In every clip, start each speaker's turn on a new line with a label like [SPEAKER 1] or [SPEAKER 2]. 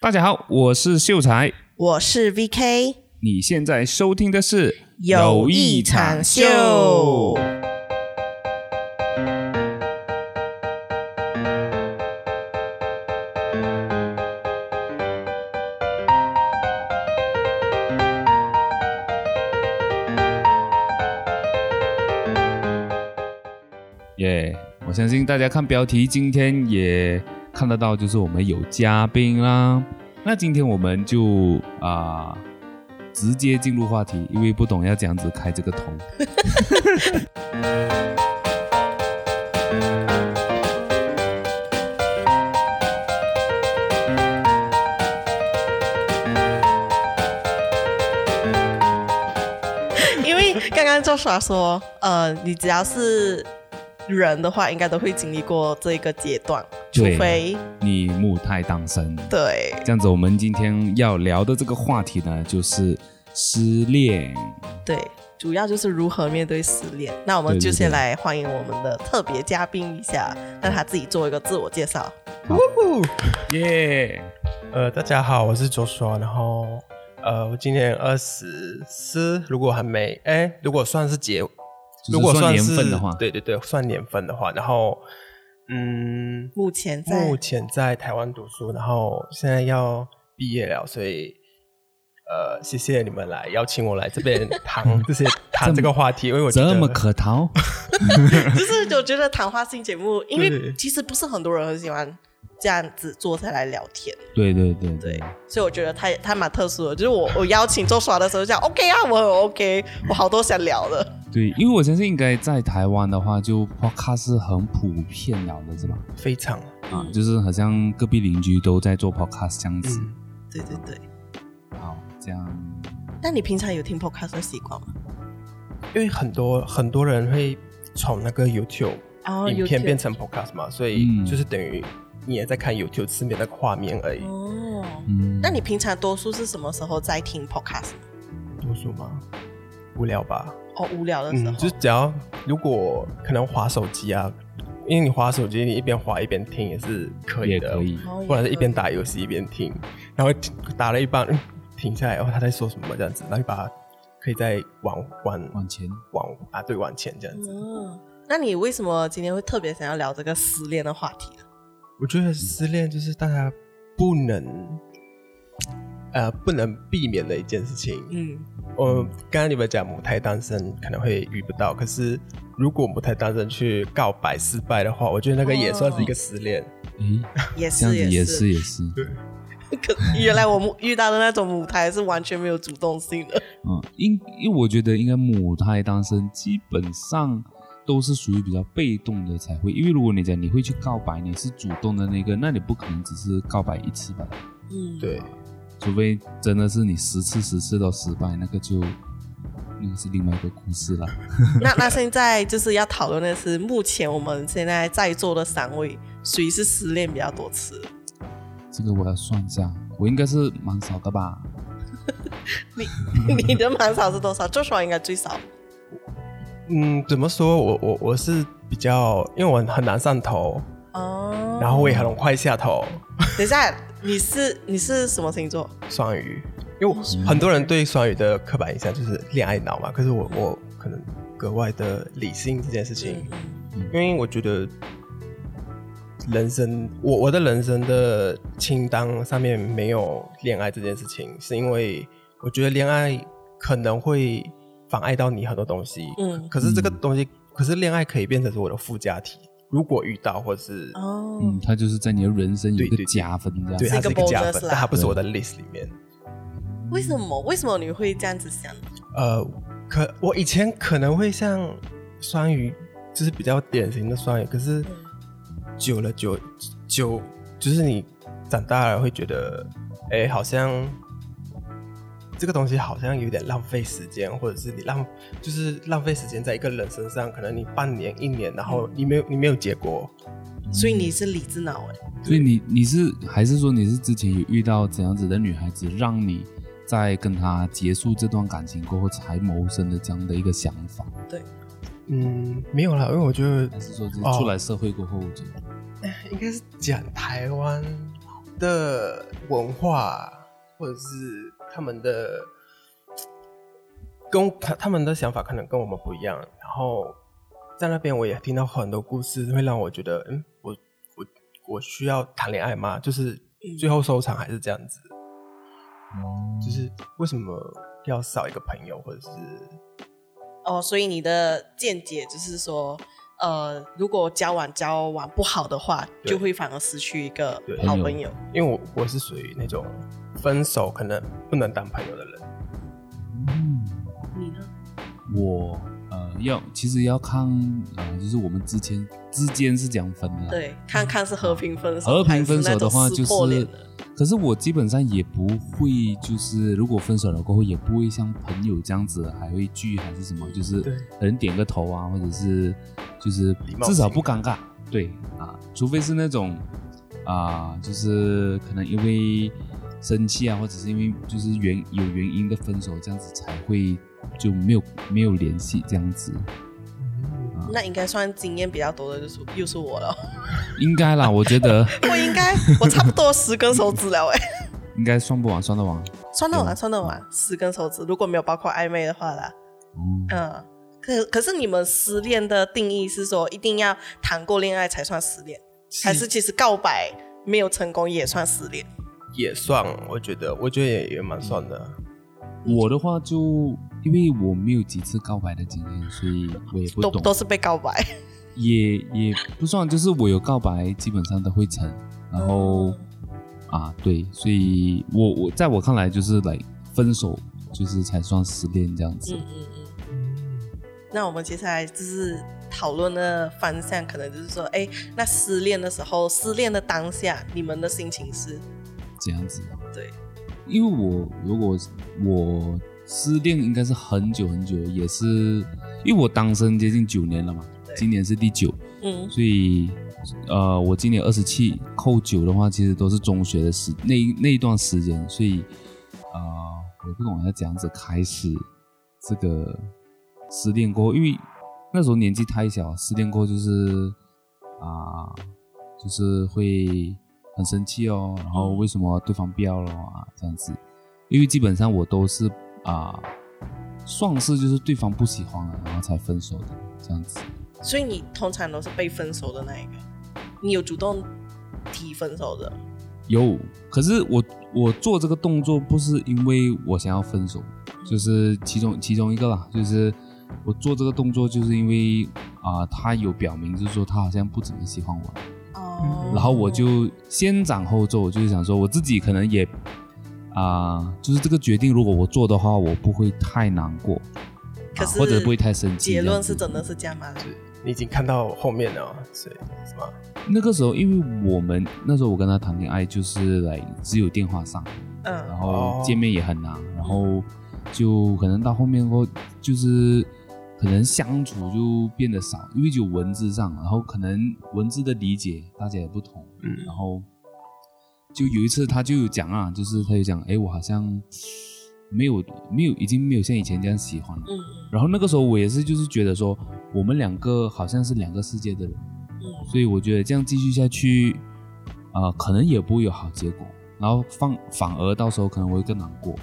[SPEAKER 1] 大家好，我是秀才，
[SPEAKER 2] 我是 VK，
[SPEAKER 1] 你现在收听的是
[SPEAKER 2] 有一场秀。
[SPEAKER 1] 耶我相信大家看标题，今天也看得到，就是我们有嘉宾啦。那今天我们就啊、直接进入话题，因为不懂要这样子开这个头。
[SPEAKER 2] 因为刚刚赵耍说，呃，你只要是人的话，应该都会经历过这个阶段，除
[SPEAKER 1] 对
[SPEAKER 2] 非
[SPEAKER 1] 你母胎单身，
[SPEAKER 2] 对
[SPEAKER 1] 这样子，我们今天要聊的这个话题呢，就是失恋。
[SPEAKER 2] 对主要就是如何面对失恋。那我们
[SPEAKER 1] 对对
[SPEAKER 2] 就先
[SPEAKER 1] 对
[SPEAKER 2] 来欢迎我们的特别嘉宾一下，让他自己做一个自我介绍。
[SPEAKER 1] 耶、
[SPEAKER 3] 呃，大家好，我是卓硕，然后呃，我今年二十四，如果还没哎，如果算是结，
[SPEAKER 1] 是
[SPEAKER 3] 如果
[SPEAKER 1] 算
[SPEAKER 3] 算
[SPEAKER 1] 年
[SPEAKER 3] 是
[SPEAKER 1] 份的话
[SPEAKER 3] 对对对，算年份的话，然后嗯，
[SPEAKER 2] 目前在
[SPEAKER 3] 目前在台湾读书，然后现在要毕业了，所以。呃，谢谢你们来邀请我来这边谈这些谈这个话题，因为我觉得
[SPEAKER 1] 这么可逃，
[SPEAKER 2] 就是我觉得谈话性节目，因为
[SPEAKER 3] 对
[SPEAKER 2] 其实不是很多人很喜欢这样子坐下来聊天。
[SPEAKER 1] 对对对
[SPEAKER 2] 对，所以我觉得他也他蛮特殊的，就是我我邀请周耍的时候讲 OK 啊，我很 OK，我好多想聊的，
[SPEAKER 1] 对，因为我相信应该在台湾的话，就 podcast 是很普遍了的，是吧？
[SPEAKER 3] 非常
[SPEAKER 1] 啊，就是好像隔壁邻居都在做 podcast 这样子。
[SPEAKER 3] 嗯，
[SPEAKER 2] 对对对。
[SPEAKER 1] 好，这样
[SPEAKER 2] 那你平常有听 podcast 的习惯吗？
[SPEAKER 3] 因为很多很多人会从那个 YouTube
[SPEAKER 2] 然后
[SPEAKER 3] 影片变
[SPEAKER 2] 成
[SPEAKER 3] 成 podcast 嘛，所以
[SPEAKER 1] 嗯
[SPEAKER 3] 就是等于你也在看 YouTube 上面那个画面而已。
[SPEAKER 2] 哦。
[SPEAKER 1] 嗯，
[SPEAKER 2] 那你平常多数是什么时候在听 podcast？呢
[SPEAKER 3] 多数吗？无聊吧？
[SPEAKER 2] 哦，无聊的时
[SPEAKER 3] 嗯，
[SPEAKER 2] 候。
[SPEAKER 3] 就是只要如果可能划手机啊，因为你划手机，你一边划一边听也是可以
[SPEAKER 1] 嗯也
[SPEAKER 3] 的，
[SPEAKER 1] 可以，
[SPEAKER 2] 哦
[SPEAKER 3] 或者是一边打游戏一边听，然后打了一半、嗯停下来，哦他在说什么这样子，然后就把它可以再往往
[SPEAKER 1] 往前。
[SPEAKER 3] 往啊对往前这样子。
[SPEAKER 2] 嗯，那你为什么今天会特别想要聊这个失恋的话题啊呢？
[SPEAKER 3] 我觉得失恋就是大家不能呃不能避免的一件事情。
[SPEAKER 2] 嗯，
[SPEAKER 3] 我刚刚你们讲母胎单身可能会遇不到，可是如果母胎单身去告白失败的话，我觉得那个也算是一个失恋。
[SPEAKER 1] 诶，
[SPEAKER 2] 也
[SPEAKER 1] 这样
[SPEAKER 2] 是
[SPEAKER 1] 子也
[SPEAKER 2] 是。
[SPEAKER 1] 也是，
[SPEAKER 2] 可原来我们遇到的那种舞台是完全没有主动性的。
[SPEAKER 1] 嗯，因因为我觉得应该母胎单身基本上都是属于比较被动的才会，因为如果你讲你会去告白，你是主动的那个，那你不可能只是告白一次吧？
[SPEAKER 2] 嗯，
[SPEAKER 3] 对，
[SPEAKER 1] 除非真的是你十次十次都失败，那个就那个是另外一个故事了。
[SPEAKER 2] 那那现在就是要讨论的是，目前我们现在在座的三位，谁是失恋比较多 次？
[SPEAKER 1] 这个我要算一下，我应该是蛮少的吧？
[SPEAKER 2] 你的蛮少是多少？就说应该最少。
[SPEAKER 3] 嗯，怎么说？我我我是比较，因为我很难上头，
[SPEAKER 2] 哦
[SPEAKER 3] 然后我也很快下头，
[SPEAKER 2] 等一下，你是你是什么星座？
[SPEAKER 3] 双鱼。因为我很多人对双鱼的刻板印象就是恋爱脑嘛，可是我我可能格外的理性这件事情。因为我觉得人生，我我的人生的清单上面没有恋爱这件事情，是因为我觉得恋爱可能会妨碍到你很多东西。
[SPEAKER 2] 嗯
[SPEAKER 3] 可是这个东西，可是恋爱可以变成是我的附加题，如果遇到或是、
[SPEAKER 2] 哦，
[SPEAKER 1] 嗯，它就是在你的人生有一
[SPEAKER 3] 对
[SPEAKER 1] 个
[SPEAKER 3] 对对
[SPEAKER 1] 加分这样
[SPEAKER 3] 对
[SPEAKER 2] 是
[SPEAKER 3] 它
[SPEAKER 2] 一
[SPEAKER 3] 是
[SPEAKER 2] 个
[SPEAKER 3] 一个加
[SPEAKER 2] bonus
[SPEAKER 3] 分，
[SPEAKER 2] 啦
[SPEAKER 3] 但它不是我的 list 里面。
[SPEAKER 2] 为什么为什么你会这样子想？
[SPEAKER 3] 呃，可我以前可能会像双鱼，就是比较典型的双鱼，可是久了久久，就是你长大了会觉得，哎、好像这个东西好像有点浪费时间，或者是你浪就是浪费时间在一个人身上，可能你半年一年，然后你没有你没有结果，
[SPEAKER 2] 所以你是理智脑哎、
[SPEAKER 1] 所以你你是还是说你是之前有遇到怎样子的女孩子，让你在跟她结束这段感情过后才萌生的这样的一个想法，
[SPEAKER 3] 嗯，没有啦，因为我觉得
[SPEAKER 1] 还是说就是
[SPEAKER 3] 哦
[SPEAKER 1] 出来社会过后就
[SPEAKER 3] 应该是讲台湾的文化或者是他们的跟他他们的想法可能跟我们不一样，然后在那边我也听到很多故事，会让我觉得，嗯，我我我需要谈恋爱吗？就是最后收场还是这样子，就是为什么要少一个朋友，或者是
[SPEAKER 2] 哦，所以你的见解就是说，呃，如果交往交往不好的话，
[SPEAKER 3] 对
[SPEAKER 2] 就会反而失去一个
[SPEAKER 3] 对
[SPEAKER 2] 好朋友。
[SPEAKER 3] 因为我我是属于那种分手可能不能当朋友的人，
[SPEAKER 1] 嗯
[SPEAKER 2] 你呢？
[SPEAKER 1] 我呃要其实要看呃，就是我们之前之间是讲分的啦，
[SPEAKER 2] 对，看看是和平分
[SPEAKER 1] 嗯
[SPEAKER 2] 手，
[SPEAKER 1] 和平分手
[SPEAKER 2] 还
[SPEAKER 1] 的话
[SPEAKER 2] 那种
[SPEAKER 1] 就
[SPEAKER 2] 撕破脸
[SPEAKER 1] 是
[SPEAKER 2] 的，
[SPEAKER 1] 可是我基本上也不会，就是如果分手了过后，也不会像朋友这样子，还会聚还是什么，就是
[SPEAKER 3] 对
[SPEAKER 1] 人点个头啊，或者是就是
[SPEAKER 3] 礼貌
[SPEAKER 1] 至
[SPEAKER 3] 性
[SPEAKER 1] 少不尴尬，对啊，除非是那种啊，就是可能因为生气啊，或者是因为就是原有原因的分手，这样子才会就没有没有联系这样子，嗯
[SPEAKER 2] 那应该算经验比较多的，就是又是我了。
[SPEAKER 1] 应该啦，我觉得
[SPEAKER 2] 我应该，我差不多十根手指了哎、
[SPEAKER 1] 应该算不完，算得完，
[SPEAKER 2] 算得完，算得完，十根手指，如果没有包括暧昧的话啦，
[SPEAKER 1] 嗯。
[SPEAKER 2] 嗯。可可是你们失恋的定义是说一定要谈过恋爱才算失恋，还是其实告白没有成功也算失恋？
[SPEAKER 3] 也算，我觉得我觉得也也蛮算的。
[SPEAKER 1] 我的话就因为我没有几次告白的经验，所以我也不
[SPEAKER 2] 都
[SPEAKER 1] 懂，
[SPEAKER 2] 都是被告白。
[SPEAKER 1] 也也不算，就是我有告白，基本上都会成。然
[SPEAKER 2] 嗯
[SPEAKER 1] 后啊，对，所以我我在我看来就是来分手，就是才算失恋这样子。
[SPEAKER 2] 嗯嗯嗯。那我们接下来就是讨论的方向，可能就是说，哎，那失恋的时候，失恋的当下，你们的心情是？
[SPEAKER 1] 这样子。
[SPEAKER 2] 对，
[SPEAKER 1] 因为我如果我失恋应该是很久很久，也是因为我单身接近九年了嘛
[SPEAKER 2] 对，
[SPEAKER 1] 今年是第九，
[SPEAKER 2] 嗯
[SPEAKER 1] 所以呃，我今年二十七，扣九的话，其实都是中学的时那一那一段时间，所以呃，我不懂要怎样子开始这个失恋过后，因为那时候年纪太小，失恋过后就是啊、就是会很生气哦，然后为什么对方不要了啊这样子，因为基本上我都是啊。算是就是对方不喜欢了，然后才分手的这样子。
[SPEAKER 2] 所以你通常都是被分手的那一个，你有主动提分手的？
[SPEAKER 1] 有，可是我我做这个动作不是因为我想要分手，就是其中其中一个啦，就是我做这个动作就是因为啊、他有表明就是说他好像不怎么喜欢我，
[SPEAKER 2] 哦
[SPEAKER 1] 然后我就先斩后奏，就是想说我自己可能也啊、就是这个决定如果我做的话，我不会太难过，
[SPEAKER 2] 可
[SPEAKER 1] 啊、
[SPEAKER 2] 是
[SPEAKER 1] 或者不会太生气这
[SPEAKER 2] 结
[SPEAKER 1] 样子。
[SPEAKER 2] 论是真的是这样吗？
[SPEAKER 3] 你已经看到后面了，哦所以是吧？
[SPEAKER 1] 那个时候，因为我们那时候我跟他谈恋爱就是来只有电话上。然
[SPEAKER 2] 嗯
[SPEAKER 1] 后见面也很难，然后就可能到后面过，就是可能相处就变得少，因为就文字上，然后可能文字的理解大家也不同，
[SPEAKER 3] 嗯
[SPEAKER 1] 然后就有一次他就有讲啊，就是他就讲，哎，我好像没有啊哎没有已经没有像以前这样喜欢了。
[SPEAKER 2] 嗯
[SPEAKER 1] 然后那个时候我也是就是觉得说，我们两个好像是两个世界的人，
[SPEAKER 2] 嗯
[SPEAKER 1] 所以我觉得这样继续下去，啊、可能也不会有好结果。然后放反而到时候可能我会更难过，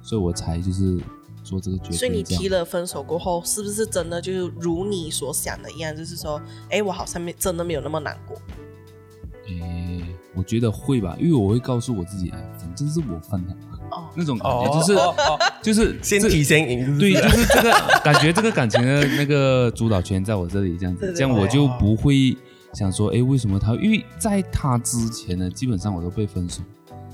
[SPEAKER 1] 所以我才就是做这个决定。
[SPEAKER 2] 嗯。所以你提
[SPEAKER 1] 了，
[SPEAKER 2] 了分手过后，是不是真的就如你所想的一样？就是说，哎，我好像没真的没有那么难过。
[SPEAKER 1] 诶，我觉得会吧，因为我会告诉我自己，哎，反正是我分的
[SPEAKER 2] 哦
[SPEAKER 1] 那种感觉，就是、哦就是
[SPEAKER 3] 哦先
[SPEAKER 1] 这
[SPEAKER 3] 提先赢，
[SPEAKER 1] 对，
[SPEAKER 3] 是不
[SPEAKER 1] 就是是这个感觉，这个感情的那个主导权在我这里，这样
[SPEAKER 2] 对
[SPEAKER 1] 子，
[SPEAKER 2] 对
[SPEAKER 1] 这样我就
[SPEAKER 3] 对
[SPEAKER 1] 不会想说，哎，为什么他？因为在他之前呢，基本上我都被分手，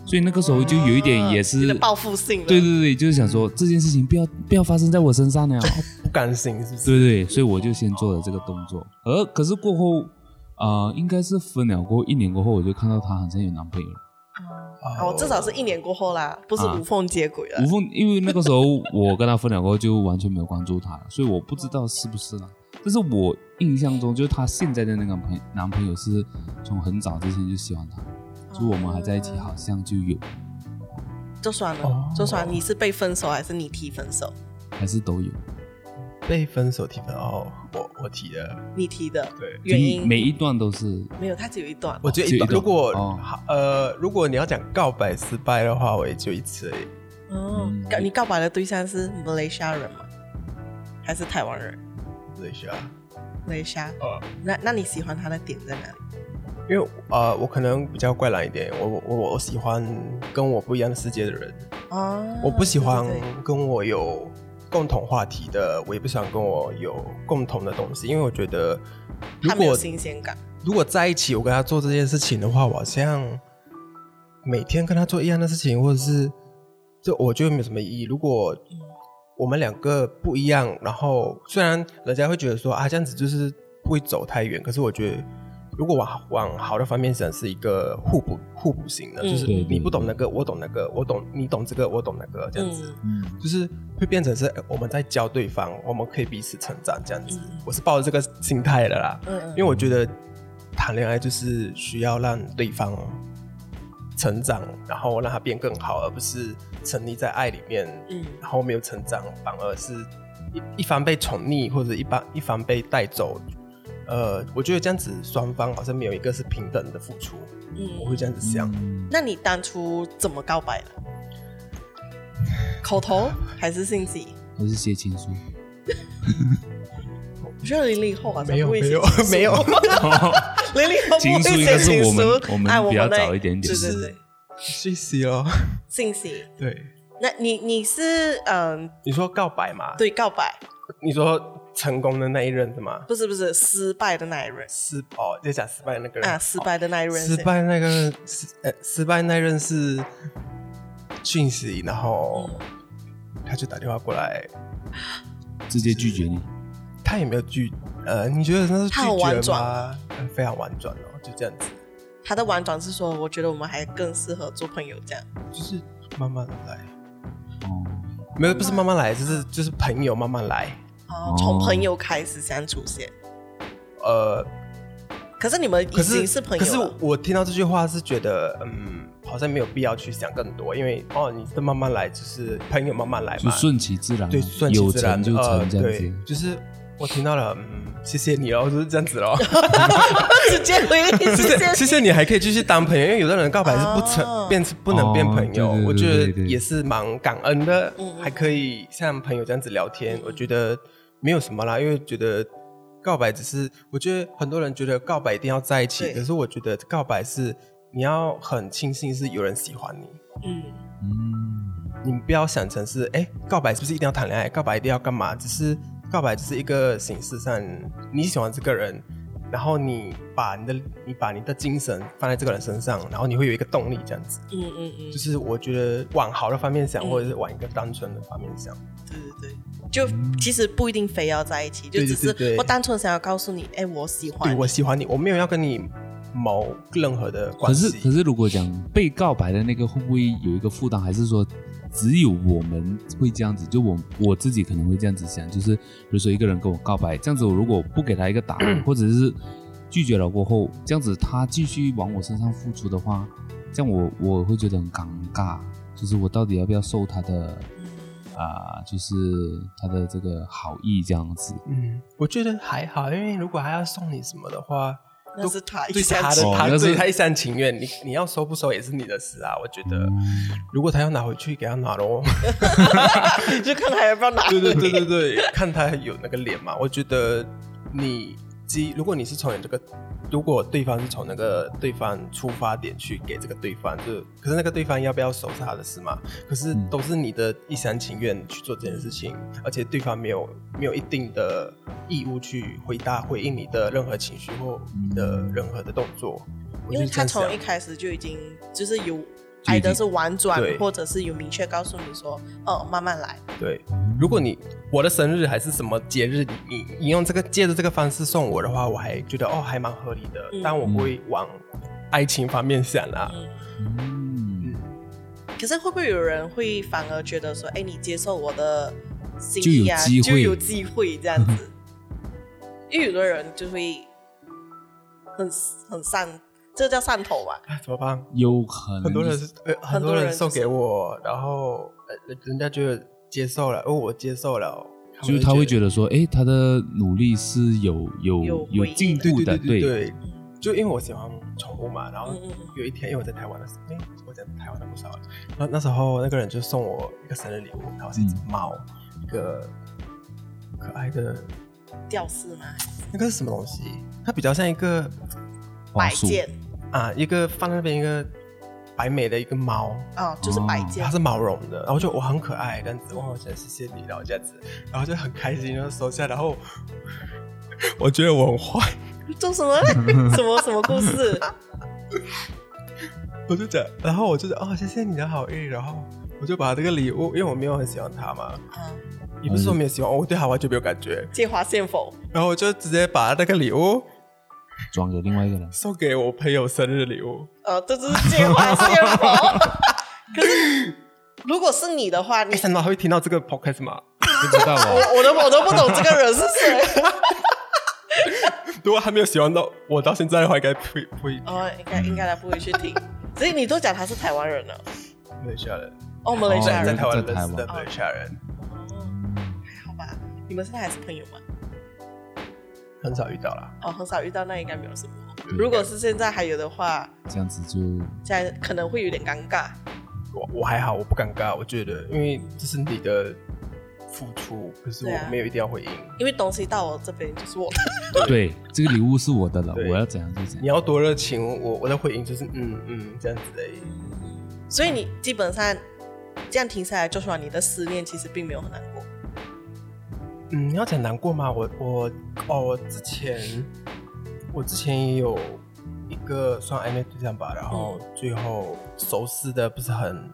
[SPEAKER 1] 所以那个时候就有一点也
[SPEAKER 2] 有
[SPEAKER 1] 是
[SPEAKER 2] 点报复性了。
[SPEAKER 1] 对对对，就是想说这件事情不要不要发生在我身上了，
[SPEAKER 3] 不甘心，是不是？
[SPEAKER 1] 对对，所以我就先做了这个动作。而可是过后，啊，应该是分了过后一年过后，我就看到她好像有男朋友了。
[SPEAKER 2] 啊，
[SPEAKER 3] 哦
[SPEAKER 2] 我至少是一年过后啦，不是
[SPEAKER 1] 啊
[SPEAKER 2] 无缝接轨了
[SPEAKER 1] 无。缝，因为那个时候我跟她分了过后就完全没有关注她了，所以我不知道是不是啦。但是我印象中，就是她现在的那个朋男朋友是从很早之前就喜欢她，就我们还在一起，好像就有
[SPEAKER 2] 就算了
[SPEAKER 3] 哦，
[SPEAKER 2] 就算你是被分手还是你提分手？
[SPEAKER 1] 还是都有。
[SPEAKER 3] 被分手提分哦，我我提的，
[SPEAKER 2] 你提的
[SPEAKER 3] 对，
[SPEAKER 2] 原
[SPEAKER 1] 就
[SPEAKER 2] 因
[SPEAKER 1] 每一段都是
[SPEAKER 2] 没有，它只有一段。
[SPEAKER 3] 我就
[SPEAKER 1] 就
[SPEAKER 3] 一
[SPEAKER 1] 一
[SPEAKER 3] 段。
[SPEAKER 1] 段
[SPEAKER 3] 如果、
[SPEAKER 1] 哦
[SPEAKER 3] 呃，如果你要讲告白失败的话，我也就一次而已。
[SPEAKER 2] 哦
[SPEAKER 1] 嗯，
[SPEAKER 2] 告你告白的对象是马来西亚人吗？还是台湾人？
[SPEAKER 3] 对是啊，
[SPEAKER 2] 马来西亚。
[SPEAKER 3] 哦，
[SPEAKER 2] 那那你喜欢他的点在哪里？
[SPEAKER 3] 因为呃，我可能比较怪懒一点，我我我我喜欢跟我不一样的世界的人，
[SPEAKER 2] 哦，
[SPEAKER 3] 我不喜欢
[SPEAKER 2] 对对对
[SPEAKER 3] 跟我有共同话题的，我也不喜欢跟我有共同的东西，因为我觉得如
[SPEAKER 2] 他没有
[SPEAKER 3] 果
[SPEAKER 2] 新鲜感。
[SPEAKER 3] 如果在一起，我跟他做这件事情的话，我好像每天跟他做一样的事情，或者是这我觉得没有什么意义。如果我们两个不一样，然后虽然人家会觉得说啊这样子就是不会走太远，可是我觉得。如果往往好的方面想，是一个互补互补型的，
[SPEAKER 2] 嗯
[SPEAKER 3] 就是
[SPEAKER 1] 对对
[SPEAKER 3] 你不懂
[SPEAKER 1] 对
[SPEAKER 3] 那个，我懂那个，我懂你懂这个，我懂那个，这样子。
[SPEAKER 2] 嗯
[SPEAKER 1] 嗯
[SPEAKER 3] 就是会变成是哎我们在教对方，我们可以彼此成长这样子
[SPEAKER 2] 嗯。
[SPEAKER 3] 我是抱着这个心态的啦，
[SPEAKER 2] 嗯嗯，
[SPEAKER 3] 因为我觉得谈恋爱就是需要让对方成长，然后让他变更好，而不是沉溺在爱里面，
[SPEAKER 2] 嗯
[SPEAKER 3] 然后没有成长，反而是一一方被宠溺或者一方一方被带走。呃，我觉得这样子双方好像没有一个是平等的付出，我
[SPEAKER 2] 嗯，
[SPEAKER 3] 会这样子想。
[SPEAKER 2] 那你当初怎么告白的？口头还是信息？
[SPEAKER 1] 还是写情书。
[SPEAKER 2] 我觉得零零后啊，
[SPEAKER 3] 没有
[SPEAKER 2] 怎么会
[SPEAKER 3] 没有
[SPEAKER 2] 写情书
[SPEAKER 3] 没有
[SPEAKER 1] 哦
[SPEAKER 2] 零零后
[SPEAKER 1] 情
[SPEAKER 2] 不
[SPEAKER 1] 书
[SPEAKER 2] 会
[SPEAKER 1] 应该
[SPEAKER 2] 写
[SPEAKER 1] 是
[SPEAKER 2] 情
[SPEAKER 1] 我们
[SPEAKER 2] 书
[SPEAKER 1] 我们
[SPEAKER 2] 哎
[SPEAKER 1] 比较
[SPEAKER 2] 那
[SPEAKER 1] 早一点点
[SPEAKER 2] 对对对，
[SPEAKER 3] 谢谢哦，
[SPEAKER 2] 信息。
[SPEAKER 3] 对，
[SPEAKER 2] 那你你是嗯，
[SPEAKER 3] 你说告白嘛？
[SPEAKER 2] 对告白
[SPEAKER 3] 你说成功的那一任是吗？
[SPEAKER 2] 不是不是失败的那一任
[SPEAKER 3] 失哦，就讲失败那个人
[SPEAKER 2] 啊，失败的那一
[SPEAKER 3] 哦
[SPEAKER 2] 任
[SPEAKER 3] 失
[SPEAKER 2] 是
[SPEAKER 3] 败那个人失呃失败那一任是讯息，然后他就打电话过来，
[SPEAKER 1] 直接拒绝你，
[SPEAKER 3] 他也没有拒，呃，你觉得那是拒
[SPEAKER 2] 他很婉
[SPEAKER 3] 绝
[SPEAKER 2] 转
[SPEAKER 3] 吗？呃非常婉转哦，就这样子，
[SPEAKER 2] 他的婉转是说，我觉得我们还更适合做朋友这样。
[SPEAKER 3] 就是慢慢的来，
[SPEAKER 1] 哦，
[SPEAKER 3] 没有不是慢慢来，就是就是朋友慢慢来，
[SPEAKER 2] 哦
[SPEAKER 1] 哦，
[SPEAKER 2] 从朋友开始相处先。
[SPEAKER 3] 呃，
[SPEAKER 2] 可是你们
[SPEAKER 3] 可
[SPEAKER 2] 已
[SPEAKER 3] 是
[SPEAKER 2] 经是朋
[SPEAKER 3] 可
[SPEAKER 2] 友
[SPEAKER 3] 是
[SPEAKER 2] 了，
[SPEAKER 3] 我听到这句话是觉得，嗯，好像没有必要去想更多，因为哦，你这慢慢来，就是朋友慢慢来
[SPEAKER 1] 就
[SPEAKER 3] 嘛，
[SPEAKER 1] 顺其自然啊，
[SPEAKER 3] 对，顺其
[SPEAKER 1] 有
[SPEAKER 3] 自然，
[SPEAKER 1] 成就
[SPEAKER 3] 呃，
[SPEAKER 1] 成这样
[SPEAKER 3] 对
[SPEAKER 1] 子，。
[SPEAKER 3] 就是我听到了，嗯，谢谢你哦， 就是这样子咯。
[SPEAKER 2] 直接回应 谢
[SPEAKER 3] 谢谢谢
[SPEAKER 2] 谢。
[SPEAKER 3] 谢你还可以继续当朋友，因为有的人告白是不
[SPEAKER 2] 哦
[SPEAKER 3] 成变不能变朋友，
[SPEAKER 1] 哦对对
[SPEAKER 3] 我觉
[SPEAKER 1] 对
[SPEAKER 3] 得
[SPEAKER 1] 对对
[SPEAKER 3] 也是蛮感恩的
[SPEAKER 2] 嗯，嗯
[SPEAKER 3] 还可以像朋友这样子聊天，我觉得没有什么啦，因为觉得告白只是，我觉得很多人觉得告白一定要在一起，
[SPEAKER 2] 对
[SPEAKER 3] 可是我觉得告白是你要很庆幸是有人喜欢你。
[SPEAKER 2] 嗯
[SPEAKER 1] 嗯，
[SPEAKER 3] 你不要想成是哎，诶告白是不是一定要谈恋爱？告白一定要干嘛？只是告白只是一个形式上，你喜欢这个人，然后你把你的你把你的精神放在这个人身上，然后你会有一个动力，这样子。
[SPEAKER 2] 嗯嗯嗯，
[SPEAKER 3] 就是我觉得往好的方面想，
[SPEAKER 2] 嗯
[SPEAKER 3] 或者是往一个单纯的方面想，
[SPEAKER 2] 对对对。就其实不一定非要在一起，就
[SPEAKER 3] 对对
[SPEAKER 2] 只
[SPEAKER 3] 对
[SPEAKER 2] 是
[SPEAKER 3] 对
[SPEAKER 2] 我单纯想要告诉你，哎，我喜欢
[SPEAKER 3] 对
[SPEAKER 2] 你。
[SPEAKER 3] 我喜欢你，我没有要跟你谋任何的
[SPEAKER 1] 可
[SPEAKER 3] 关
[SPEAKER 1] 是
[SPEAKER 3] 系。
[SPEAKER 1] 可是如果讲被告白的那个会不会有一个负担？还是说只有我们会这样子？就我我自己可能会这样子想，就是比如说一个人跟我告白，这样子我如果不给他一个答 案，或者是拒绝了过后，这样子他继续往我身上付出的话，这样我我会觉得很尴尬，就是我到底要不要受他的
[SPEAKER 3] 嗯
[SPEAKER 1] 啊、就是他的这个好意这样子？
[SPEAKER 3] 嗯，我觉得还好，因为如果还要送你什么的话，
[SPEAKER 2] 那是他啊一
[SPEAKER 3] 对
[SPEAKER 2] 厢
[SPEAKER 3] 他的
[SPEAKER 2] 情
[SPEAKER 1] 哦
[SPEAKER 3] 他
[SPEAKER 1] 那是
[SPEAKER 3] 对他一厢情愿，你你要收不收也是你的事啊，我觉得。如果他要拿回去，给他拿 喽。
[SPEAKER 2] 愿，就看他要不要拿。
[SPEAKER 3] 对对对对对，看他有那个脸嘛。我觉得你基，如果你是从你这个，如果对方是从那个对方出发点去给这个对方，就可是那个对方要不要收是他的事嘛。可是
[SPEAKER 1] 嗯
[SPEAKER 3] 都是你的一厢情愿去做这件事情，而且对方没有没有一定的义务去回答回应你的任何情绪或你的任何的动作。
[SPEAKER 2] 嗯
[SPEAKER 3] 我
[SPEAKER 2] 因
[SPEAKER 3] 就
[SPEAKER 2] 为
[SPEAKER 3] 是这
[SPEAKER 2] 他
[SPEAKER 3] 样想
[SPEAKER 2] 从一开始就已经就是有
[SPEAKER 1] 就已经
[SPEAKER 2] 挨的是婉转
[SPEAKER 3] 对，
[SPEAKER 2] 或者是有明确告诉你说，哦，慢慢来。
[SPEAKER 3] 对，如果你我的生日还是什么节日，你你用这个借着这个方式送我的话，我还觉得哦还蛮合理的，
[SPEAKER 2] 嗯
[SPEAKER 3] 但我不会往爱情方面想啦。
[SPEAKER 2] 嗯，
[SPEAKER 1] 嗯，
[SPEAKER 2] 可是会不会有人会反而觉得说，哎，你接受我的心
[SPEAKER 1] 就有
[SPEAKER 2] 意啊，
[SPEAKER 1] 机会
[SPEAKER 2] 就有机会这样子？ 因为有的人就会很很上，这叫上头嘛。
[SPEAKER 3] 啊，怎么办？
[SPEAKER 1] 有可能
[SPEAKER 3] 很多人、
[SPEAKER 1] 就是
[SPEAKER 2] 嗯
[SPEAKER 3] 呃、很
[SPEAKER 2] 多
[SPEAKER 3] 多
[SPEAKER 2] 人
[SPEAKER 3] 人送
[SPEAKER 2] 就是
[SPEAKER 3] 给我，然后呃人家就接受了，哦我接受了，
[SPEAKER 1] 就是他会觉得说，哎，他的努力是有有
[SPEAKER 2] 有
[SPEAKER 1] 有
[SPEAKER 2] 回应
[SPEAKER 1] 进
[SPEAKER 3] 对
[SPEAKER 1] 步的，
[SPEAKER 3] 对对
[SPEAKER 1] 对，
[SPEAKER 3] 对，就因为我喜欢宠物嘛，然后
[SPEAKER 2] 嗯嗯嗯
[SPEAKER 3] 有一天因为我在台湾的时候，哎，我在台湾的不少，然后那时候那个人就送我一个生日礼物，然后是一只
[SPEAKER 1] 嗯
[SPEAKER 3] 猫，一个可爱的
[SPEAKER 2] 吊饰嘛，
[SPEAKER 3] 那个是什么东西？它比较像一个
[SPEAKER 1] 花
[SPEAKER 2] 摆
[SPEAKER 1] 束，
[SPEAKER 2] 件
[SPEAKER 3] 啊，一个放在那边一个白美的一个猫，
[SPEAKER 2] 哦，就是摆件
[SPEAKER 3] 它。是毛绒的，然后就我很可爱这样子，哇，我真的谢谢你，然后这样子，然后就很开心，然后收下，然后 我觉得我很坏，
[SPEAKER 2] 做什么？ 什么什么故事？ 啊
[SPEAKER 3] 我就讲，然后我就讲哦，谢谢你的好意，然后我就把这个礼物，因为我没有很喜欢它嘛，
[SPEAKER 2] 啊，
[SPEAKER 3] 也不是说没有喜欢，我对它完全没有感觉，
[SPEAKER 2] 借花献佛，
[SPEAKER 3] 然后我就直接把那个礼物
[SPEAKER 1] 转给另外一个人。
[SPEAKER 3] 送给我朋友生日礼物，
[SPEAKER 2] 呃，这就是借花献佛。可是如果是你的话，你
[SPEAKER 3] 没想到他会听到这个 podcast 吗？
[SPEAKER 1] 不知道哦，
[SPEAKER 2] 我我都我都不懂这个人是谁。
[SPEAKER 3] 如果他没有喜欢到我到现在的话，应该不会不会
[SPEAKER 2] 哦，应该应该他不会去听，所以你都讲他是台湾人了，
[SPEAKER 3] 没吓人，
[SPEAKER 2] 哦，马来西亚
[SPEAKER 3] 在
[SPEAKER 2] 人。
[SPEAKER 3] 台湾认识
[SPEAKER 1] 在
[SPEAKER 3] 的
[SPEAKER 1] 台
[SPEAKER 2] 湾
[SPEAKER 3] 没吓人，
[SPEAKER 2] 哦，
[SPEAKER 1] 啊
[SPEAKER 2] 还好吧，你们现在还是朋友吗？
[SPEAKER 3] 很少遇到啦。
[SPEAKER 2] 哦，很少遇到，那应该没有什么。
[SPEAKER 3] 嗯
[SPEAKER 2] 如果是现在还有的话，
[SPEAKER 1] 这样子就
[SPEAKER 2] 现在可能会有点尴尬。
[SPEAKER 3] 我我还好，我不尴尬，我觉得因为这是你的付出，可是
[SPEAKER 2] 对啊
[SPEAKER 3] 我没有一定要回应。
[SPEAKER 2] 因为东西到我这边就是我的，
[SPEAKER 1] 对这个礼物是我的了，
[SPEAKER 3] 对
[SPEAKER 1] 我要怎样就怎
[SPEAKER 3] 你
[SPEAKER 1] 样。
[SPEAKER 3] 要多热情，我我的回应就是嗯嗯这样子的而已。
[SPEAKER 2] 所以你基本上这样停下来，就说你的失恋其实并没有很难过。
[SPEAKER 3] 嗯，要讲难过吗？我我哦，我之前我之前也有一个算暧昧对象吧，然后最后收拾的不是很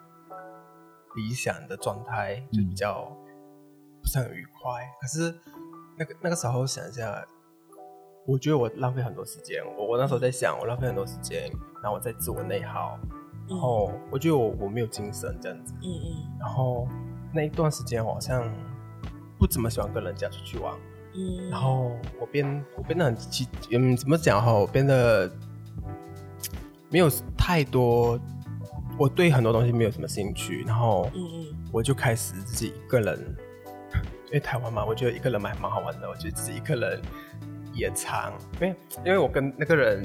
[SPEAKER 3] 理想的状态，就比较不是很愉快。可是那个那个时候想一下，我觉得我浪费很多时间。我我那时候在想，我浪费很多时间，然后我在自我内耗，然后我觉得我我没有精神这样子。
[SPEAKER 2] 嗯嗯
[SPEAKER 3] 然后那一段时间我好像不怎么喜欢跟人家出去玩，
[SPEAKER 2] 嗯，
[SPEAKER 3] 然后我变我变得很奇，嗯，怎么讲哈，我变得没有太多，我对很多东西没有什么兴趣，然后
[SPEAKER 2] 嗯嗯
[SPEAKER 3] 我就开始自己一个人，因为台湾嘛，我觉得一个人蛮蛮好玩的，我觉得自己一个人野餐，因为因为我跟那个人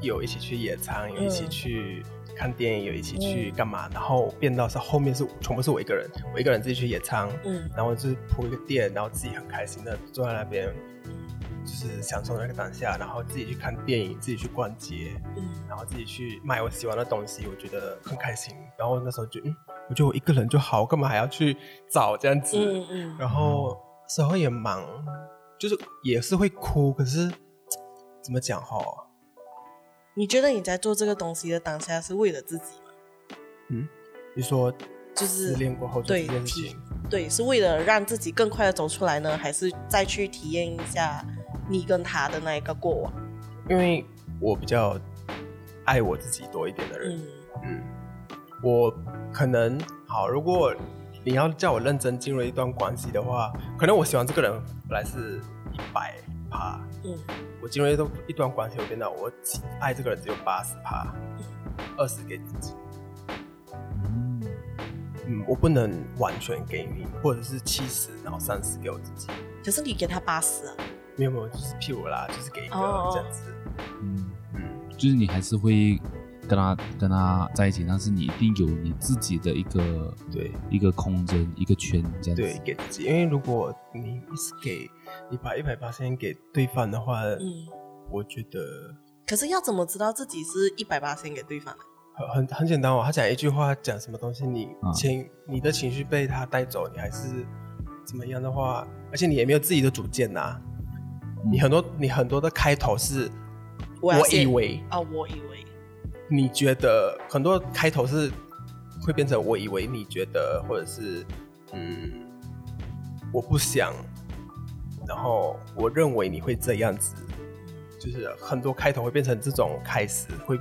[SPEAKER 3] 有一起去野餐，有一起去看电影，有一起去干嘛，然后变到是后面是全部是我一个人，我一个人自己去野餐，
[SPEAKER 2] 嗯
[SPEAKER 3] 然后就是铺一个垫，然后自己很开心的坐在那边，就是享受那个当下，然后自己去看电影，自己去逛街，
[SPEAKER 2] 嗯
[SPEAKER 3] 然后自己去买我喜欢的东西，我觉得很开心。然后那时候就，嗯，我觉得我一个人就好，我干嘛还要去找这样子？
[SPEAKER 2] 嗯嗯嗯，
[SPEAKER 3] 然后那时候也忙，就是也是会哭，可是怎么讲哈、
[SPEAKER 2] 你觉得你在做这个东西的当下是为了自己吗？
[SPEAKER 3] 你说
[SPEAKER 2] 就
[SPEAKER 3] 失
[SPEAKER 2] 是
[SPEAKER 3] 恋过后做
[SPEAKER 2] 对
[SPEAKER 3] 这件事
[SPEAKER 2] 体
[SPEAKER 3] 情，
[SPEAKER 2] 对，是为了让自己更快的走出来呢，还是再去体验一下你跟他的那一个过往？
[SPEAKER 3] 因为我比较爱我自己多一点的人，
[SPEAKER 2] 嗯
[SPEAKER 3] 嗯，我可能好，如果你要叫我认真进入一段关系的话，可能我喜欢这个人本来是一百趴，
[SPEAKER 2] 嗯
[SPEAKER 3] 我进入一段一段关系，我变到我只爱这个人只有八十趴，二十给自己，
[SPEAKER 1] 嗯
[SPEAKER 3] 嗯，我不能完全给你，或者是七十，然后三十给我自己，
[SPEAKER 2] 可是你给他八十啊，
[SPEAKER 3] 没有没有，就是譬如啦，就是给一个
[SPEAKER 2] 哦哦
[SPEAKER 3] 这样子，
[SPEAKER 1] 嗯，
[SPEAKER 3] 嗯，
[SPEAKER 1] 就是你还是会跟他跟他在一起，但是你一定有你自己的一个
[SPEAKER 3] 对
[SPEAKER 1] 一个空间一个圈这样子。
[SPEAKER 3] 对，给自己，因为如果你一直给，你把一百八先给对方的话，
[SPEAKER 2] 嗯，
[SPEAKER 3] 我觉得
[SPEAKER 2] 可是要怎么知道自己是一百八先给对方的？
[SPEAKER 3] 很很很简单哦，他讲一句话，讲什么东西，你
[SPEAKER 1] 啊
[SPEAKER 3] 情、你的情绪被他带走，你还是怎么样的话，而且你也没有自己的主见呐、
[SPEAKER 1] 嗯
[SPEAKER 3] 你很多你很多的开头是，
[SPEAKER 2] 我
[SPEAKER 3] 我
[SPEAKER 2] 要
[SPEAKER 3] 以
[SPEAKER 2] 先
[SPEAKER 3] 为
[SPEAKER 2] 啊，我以为，
[SPEAKER 3] 你觉得很多开头是会变成我以为你觉得，或者是嗯，我不想，然后我认为你会这样子，就是很多开头会变成这种开始会，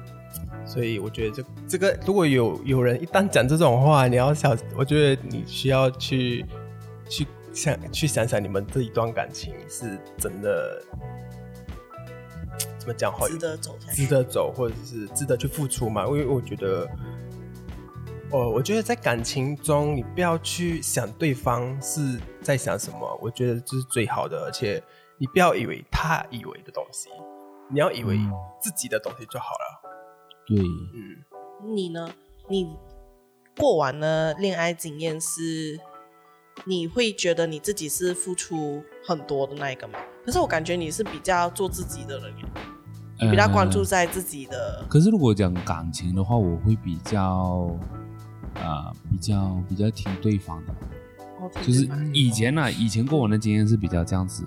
[SPEAKER 3] 所以我觉得这这个如果有有人一旦讲这种话，你要小，我觉得你需要去去想去想想你们这一段感情是真的怎么讲好，
[SPEAKER 2] 值得走下去
[SPEAKER 3] 值得走，或者是值得去付出嘛？因为我觉得哦，我觉得在感情中，你不要去想对方是在想什么，我觉得这是最好的，而且你不要以为他以为的东西，你要以为
[SPEAKER 1] 嗯
[SPEAKER 3] 自己的东西就好了。
[SPEAKER 1] 对，
[SPEAKER 3] 嗯，
[SPEAKER 2] 你呢？你过往的恋爱经验是，你会觉得你自己是付出很多的那一个吗？可是我感觉你是比较做自己的人耶，你比较关注
[SPEAKER 1] 呃
[SPEAKER 2] 在自己的。
[SPEAKER 1] 可是如果讲感情的话，我会比较啊、比较比较听对方的，
[SPEAKER 2] 哦对
[SPEAKER 1] 就是
[SPEAKER 2] 对吧
[SPEAKER 1] 以前呢、以前过往的经验是比较这样子，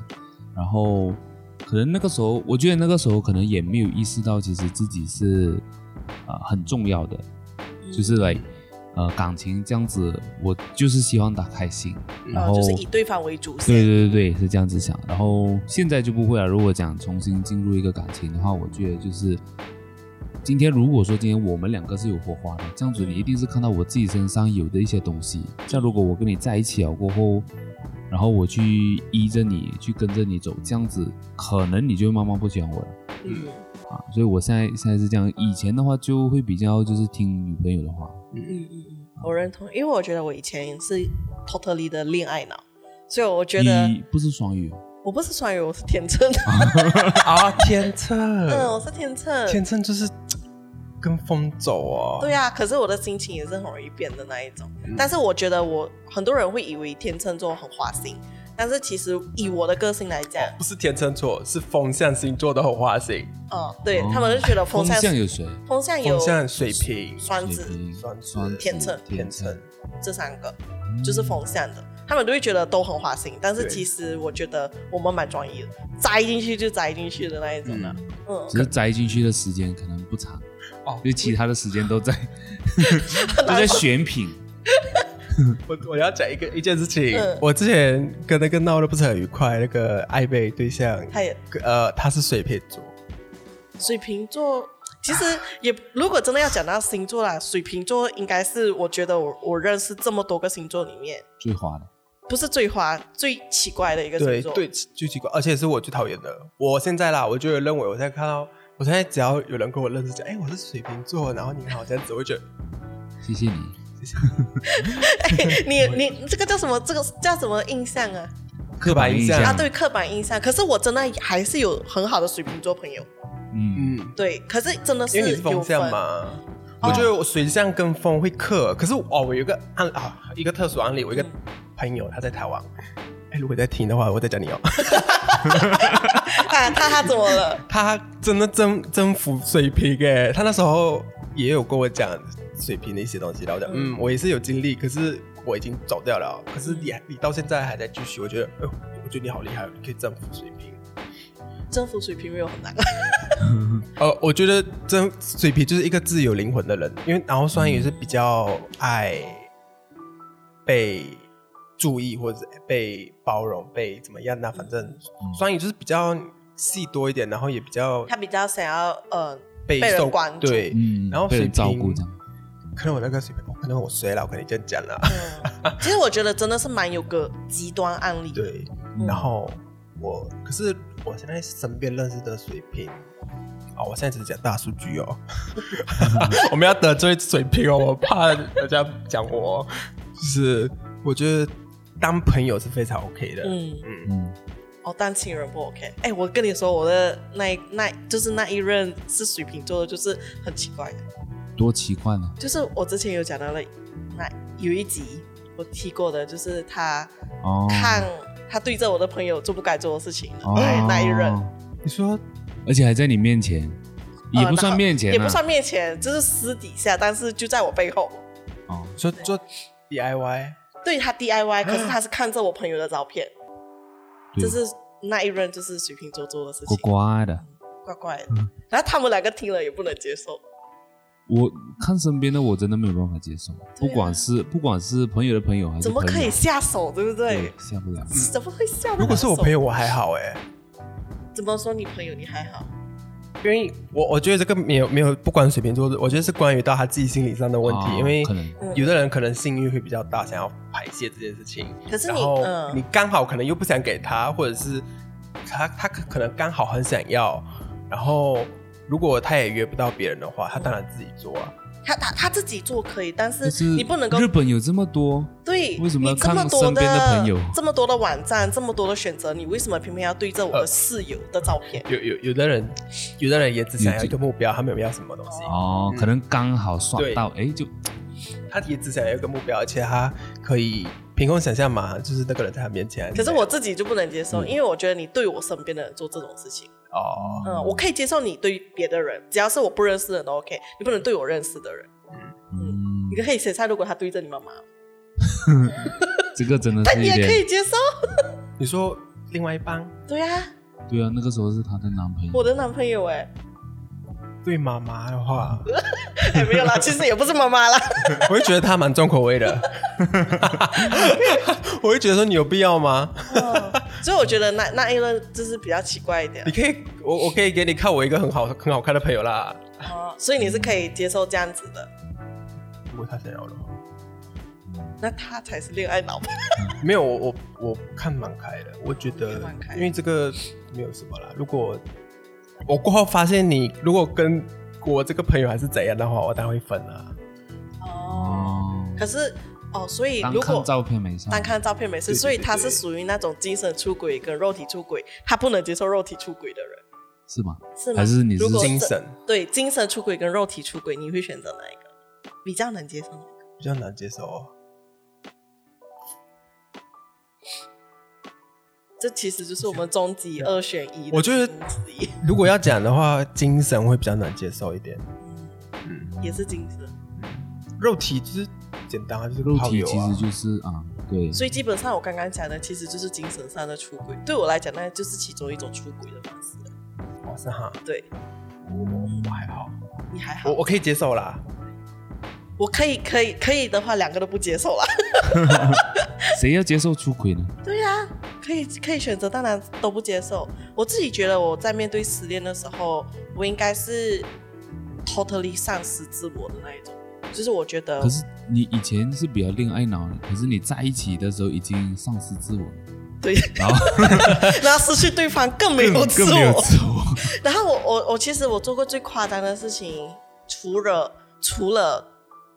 [SPEAKER 1] 然后可能那个时候，我觉得那个时候可能也没有意识到，其实自己是啊、很重要的，就是来呃感情这样子，我就是希望他开心，
[SPEAKER 3] 嗯
[SPEAKER 1] 然
[SPEAKER 2] 呃
[SPEAKER 1] 后、
[SPEAKER 2] 就是以对方为主线。
[SPEAKER 1] 对对对对，是这样子想。然后现在就不会了。如果讲重新进入一个感情的话，我觉得就是今天如果说今天我们两个是有火花的，这样子你一定是看到我自己身上有的一些东西。像如果我跟你在一起了过后，然后我去依着你，去跟着你走，这样子可能你就会慢慢不喜欢我了
[SPEAKER 2] 嗯
[SPEAKER 1] 啊。所以我现在现在是这样，以前的话就会比较就是听女朋友的话，
[SPEAKER 2] 嗯嗯嗯，我认同，因为我觉得我以前是 totally 的恋爱脑，所以我觉得
[SPEAKER 1] 你不是双鱼哦，
[SPEAKER 2] 我不是双鱼，我是 天秤。
[SPEAKER 3] 啊，天秤，
[SPEAKER 2] 嗯， 我是天秤。
[SPEAKER 3] 天秤就是跟风走哦。
[SPEAKER 2] 对啊，可是我的心情也是很容易变的那一种。
[SPEAKER 1] 嗯
[SPEAKER 2] 但是我觉得我很多人会以为天秤座很花心，但是其实以我的个性来讲，
[SPEAKER 3] 不是天秤座，是风象星座的很花心，
[SPEAKER 2] 哦、对、
[SPEAKER 1] 哦
[SPEAKER 2] 他们就觉得
[SPEAKER 1] 风
[SPEAKER 2] 风象
[SPEAKER 1] 象有谁？
[SPEAKER 2] 风象有
[SPEAKER 3] 风象水瓶，
[SPEAKER 2] 双子
[SPEAKER 1] 水瓶
[SPEAKER 3] 双子
[SPEAKER 1] 双子嗯
[SPEAKER 2] 天秤
[SPEAKER 3] 天秤，
[SPEAKER 2] 这三个就是风象的，他们都会觉得都很花心，但是
[SPEAKER 3] 对
[SPEAKER 2] 其实我觉得我们蛮专一的，栽进去就栽进去的那一种的。
[SPEAKER 3] 嗯，
[SPEAKER 2] 嗯，
[SPEAKER 1] 只是栽进去的时间可能不长，
[SPEAKER 3] 哦
[SPEAKER 1] 因为其他的时间都 在都在选品。
[SPEAKER 3] 我我要讲一个一件事情
[SPEAKER 2] 嗯，
[SPEAKER 3] 我之前跟那个闹得不是很愉快，那个暧昧对象，
[SPEAKER 2] 他也
[SPEAKER 3] 呃，他是水瓶座，
[SPEAKER 2] 水瓶座其实也，如果真的要讲到星座啦，水瓶座应该是我觉得我我认识这么多个星座里面，
[SPEAKER 1] 最花的，
[SPEAKER 2] 不是最花最奇怪的一个
[SPEAKER 3] 对
[SPEAKER 2] 星座。
[SPEAKER 3] 对，就奇怪，而且是我最讨厌的。我现在啦，我就认为我现在看到，我现在只要有人跟我认识讲，哎，我是水瓶座，然后你好这样子，我会觉得
[SPEAKER 1] 谢谢你。
[SPEAKER 2] 对， 你你这个叫什么？这个叫什么印象啊？
[SPEAKER 3] 刻板印象
[SPEAKER 1] 刻
[SPEAKER 2] 啊，
[SPEAKER 1] 板
[SPEAKER 2] 对，刻板印象。可是我真的还是有很好的水瓶座朋友，
[SPEAKER 1] 嗯，
[SPEAKER 3] 嗯，
[SPEAKER 2] 对，可是真的是
[SPEAKER 3] 因为你
[SPEAKER 2] 有
[SPEAKER 3] 是
[SPEAKER 2] 分
[SPEAKER 3] 风象嘛。
[SPEAKER 2] 哦
[SPEAKER 3] 我觉得我水象跟风会克，可是哦，我有一个案啊，一个特殊案例，我一个
[SPEAKER 2] 嗯
[SPEAKER 3] 朋友他在台湾，哎，如果你在听的话，我再讲你哦，
[SPEAKER 2] 啊， 他他怎么了？
[SPEAKER 3] 他真的征征服水瓶哎，他那时候也有跟我讲水瓶的一些东西，然后我讲
[SPEAKER 2] 嗯
[SPEAKER 3] 嗯，我也是有经历，可是我已经走掉了，可是你你到现在还在继续，我觉得，哎呦，我觉得你好厉害，你可以征服水瓶。
[SPEAKER 2] 征服水瓶没有很难。嗯
[SPEAKER 3] 呃，我觉得真水瓶就是一个自由灵魂的人，因为然后双鱼是比较爱被注意或者被包容、被怎么样呢？反正双鱼就是比较戏多一点，然后也比较
[SPEAKER 2] 他比较想要 呃，
[SPEAKER 3] 被
[SPEAKER 2] 被人
[SPEAKER 3] 受
[SPEAKER 2] 关注
[SPEAKER 3] 对，
[SPEAKER 1] 嗯，
[SPEAKER 3] 然后
[SPEAKER 1] 被
[SPEAKER 3] 水
[SPEAKER 1] 人
[SPEAKER 3] 瓶
[SPEAKER 1] 照顾这样，
[SPEAKER 3] 可能我那个水瓶，哦可能我衰了，我跟你这样讲了。
[SPEAKER 2] 嗯，其实我觉得真的是蛮有个极端案例。，
[SPEAKER 3] 对，
[SPEAKER 1] 嗯
[SPEAKER 3] 然后我可是我现在身边认识的水瓶。哦，我现在只是讲大数据哦， 我们要得罪水瓶哦，我怕人家讲我。就是我觉得当朋友是非常 OK 的，嗯
[SPEAKER 2] 嗯，
[SPEAKER 1] 嗯，
[SPEAKER 2] 哦，当情人不 OK。哎，我跟你说，我的那一那就是那一任是水瓶座的，就是很奇怪的，
[SPEAKER 1] 嗯多奇啊怪呢。
[SPEAKER 2] 就是我之前有讲到了，那有一集我提过的，就是他
[SPEAKER 1] 哦，
[SPEAKER 2] 看他对着我的朋友做不该做的事情的，
[SPEAKER 1] 哦
[SPEAKER 2] 对那一任，
[SPEAKER 3] 你说
[SPEAKER 1] 而且还在你面前，也不算面前啊，
[SPEAKER 2] 也不算面前，就是私底下，但是就在我背后。
[SPEAKER 1] 哦，
[SPEAKER 3] 说做 DIY，
[SPEAKER 2] 对他 DIY，可是他是看着我朋友的照片，
[SPEAKER 1] 对
[SPEAKER 2] 这是那一任就是水瓶座做的事
[SPEAKER 1] 乖
[SPEAKER 2] 情，
[SPEAKER 1] 乖的。
[SPEAKER 2] 怪怪的。然后他们两个听了也不能接受，
[SPEAKER 1] 我看身边的我真的没有办法接受，不
[SPEAKER 2] 对啊
[SPEAKER 1] 管是不管是朋友的朋友还是
[SPEAKER 2] 怎么
[SPEAKER 1] 朋
[SPEAKER 2] 可
[SPEAKER 1] 友
[SPEAKER 2] 以下手，对不对
[SPEAKER 1] 对？下不了？
[SPEAKER 2] 怎么会下得了手？
[SPEAKER 3] 如果是我朋友我还好哎、
[SPEAKER 2] 怎么说你朋友你还好？
[SPEAKER 3] 因为我我觉得这个没有没有不关水瓶座，我觉得是关于到他自己心理上的问题，
[SPEAKER 1] 哦
[SPEAKER 3] 因为
[SPEAKER 1] 可能
[SPEAKER 2] 嗯
[SPEAKER 3] 有的人可能性欲会比较大，想要排泄这件事情，
[SPEAKER 2] 可是
[SPEAKER 3] 然
[SPEAKER 2] 你
[SPEAKER 3] 后你
[SPEAKER 2] 嗯，
[SPEAKER 3] 刚好可能又不想给他，或者是他他可可能刚好很想要，然后如果他也约不到别人的话，他当然自己做啊。
[SPEAKER 2] 他他他自己做可以，但
[SPEAKER 1] 就是是
[SPEAKER 2] 你不能够
[SPEAKER 1] 日本有这么多，
[SPEAKER 2] 对，
[SPEAKER 1] 为什么要
[SPEAKER 2] 你这么
[SPEAKER 1] 看
[SPEAKER 2] 多
[SPEAKER 1] 身边的朋友
[SPEAKER 2] 这么多的网站，这么多的选择，你为什么偏偏要对着我的室友的照片？
[SPEAKER 3] 有有有的人，有的人也只想
[SPEAKER 1] 有
[SPEAKER 3] 要
[SPEAKER 1] 这
[SPEAKER 3] 一个目标，他没有要什么东西，
[SPEAKER 1] 哦，
[SPEAKER 3] 嗯
[SPEAKER 1] 可能刚好刷到，哎，就
[SPEAKER 3] 他也只想要一个目标，而且他可以凭空想象嘛，就是那个人在他面前。
[SPEAKER 2] 可是我自己就不能接受，因为我觉得你对我身边的人做这种事情，
[SPEAKER 3] 哦，
[SPEAKER 2] 嗯，我可以接受你对别的人，只要是我不认识的人都 OK，你不能对我认识的人。
[SPEAKER 1] 嗯，
[SPEAKER 2] 你可以写菜，如果他对着你妈妈，
[SPEAKER 1] 这个真的
[SPEAKER 2] 但
[SPEAKER 1] 是
[SPEAKER 2] 你
[SPEAKER 1] 一
[SPEAKER 2] 也可
[SPEAKER 1] 点，
[SPEAKER 2] 以接受。
[SPEAKER 3] 你说另外一帮
[SPEAKER 2] 对啊，
[SPEAKER 1] 对啊，那个时候是她的男朋友，
[SPEAKER 2] 我的男朋友哎、
[SPEAKER 3] 对妈妈的话，
[SPEAKER 2] 哎没有啦，其实也不是妈妈啦，
[SPEAKER 3] 我会觉得他蛮重口味的， 我会觉得说你有必要吗？
[SPEAKER 2] 所以我觉得那那一轮就是比较奇怪一点
[SPEAKER 3] 你可以，我我可以给你看我一个很好很好看的朋友啦。
[SPEAKER 2] 哦，所以你是可以接受这样子的，
[SPEAKER 3] 如果他想要的话，
[SPEAKER 2] 那他才是恋爱脑吧？
[SPEAKER 3] 没有我我我看蛮开的，我觉得
[SPEAKER 2] 看蛮开
[SPEAKER 3] 因为这个没有什么啦。如果我过后发现你如果跟我这个朋友还是怎样的话，我当然会分啊。
[SPEAKER 2] 哦，
[SPEAKER 1] 哦，
[SPEAKER 2] 可是哦，所以
[SPEAKER 1] 单
[SPEAKER 2] 如
[SPEAKER 1] 看
[SPEAKER 2] 果
[SPEAKER 1] 照片没上，
[SPEAKER 2] 单看照片没事，
[SPEAKER 3] 对对
[SPEAKER 2] 所以他
[SPEAKER 3] 对
[SPEAKER 2] 是
[SPEAKER 3] 对
[SPEAKER 2] 属于那种精神出轨跟肉体出轨，他不能接受肉体出轨的人，
[SPEAKER 1] 是吗？
[SPEAKER 2] 是吗？
[SPEAKER 1] 还是你
[SPEAKER 2] 如
[SPEAKER 1] 是
[SPEAKER 2] 果
[SPEAKER 3] 精神
[SPEAKER 2] 对精神出轨跟肉体出轨，你会选择哪一个？比较能接受哪一
[SPEAKER 3] 比较难接受哦。
[SPEAKER 2] 个？这其实就是我们终极二选一的
[SPEAKER 3] 我觉得
[SPEAKER 2] 题目之一。
[SPEAKER 3] 如果要讲的话，精神会比较难接受一点。嗯，
[SPEAKER 2] 也是精神，
[SPEAKER 3] 肉体就是简单啊，就是
[SPEAKER 1] 肉
[SPEAKER 3] 泡
[SPEAKER 1] 体
[SPEAKER 3] 友
[SPEAKER 1] 其
[SPEAKER 3] 啊
[SPEAKER 1] 实。就是啊，对，
[SPEAKER 2] 所以基本上我刚刚讲的其实就是精神上的出轨，对我来讲那就是其中一种出轨的方式。
[SPEAKER 3] 我是哈，
[SPEAKER 2] 对
[SPEAKER 3] 我还好，
[SPEAKER 2] 你还好
[SPEAKER 3] 我，我可以接受啦。
[SPEAKER 2] 我可以可以可以的话，两个都不接受啦。
[SPEAKER 1] 谁要接受出轨呢？
[SPEAKER 2] 对呀、啊，可以可以选择，当然都不接受。我自己觉得我在面对失恋的时候，我应该是 totally 丧失自我的那一种，就是我觉得
[SPEAKER 1] 可是你以前是比较恋爱脑的，可是你在一起的时候已经丧失自我了，
[SPEAKER 2] 对，
[SPEAKER 1] 然后
[SPEAKER 2] 然后失去对方更没有自
[SPEAKER 1] 更没有
[SPEAKER 2] 我。
[SPEAKER 1] 自我，
[SPEAKER 2] 然后我我我其实我做过最夸张的事情，除了除了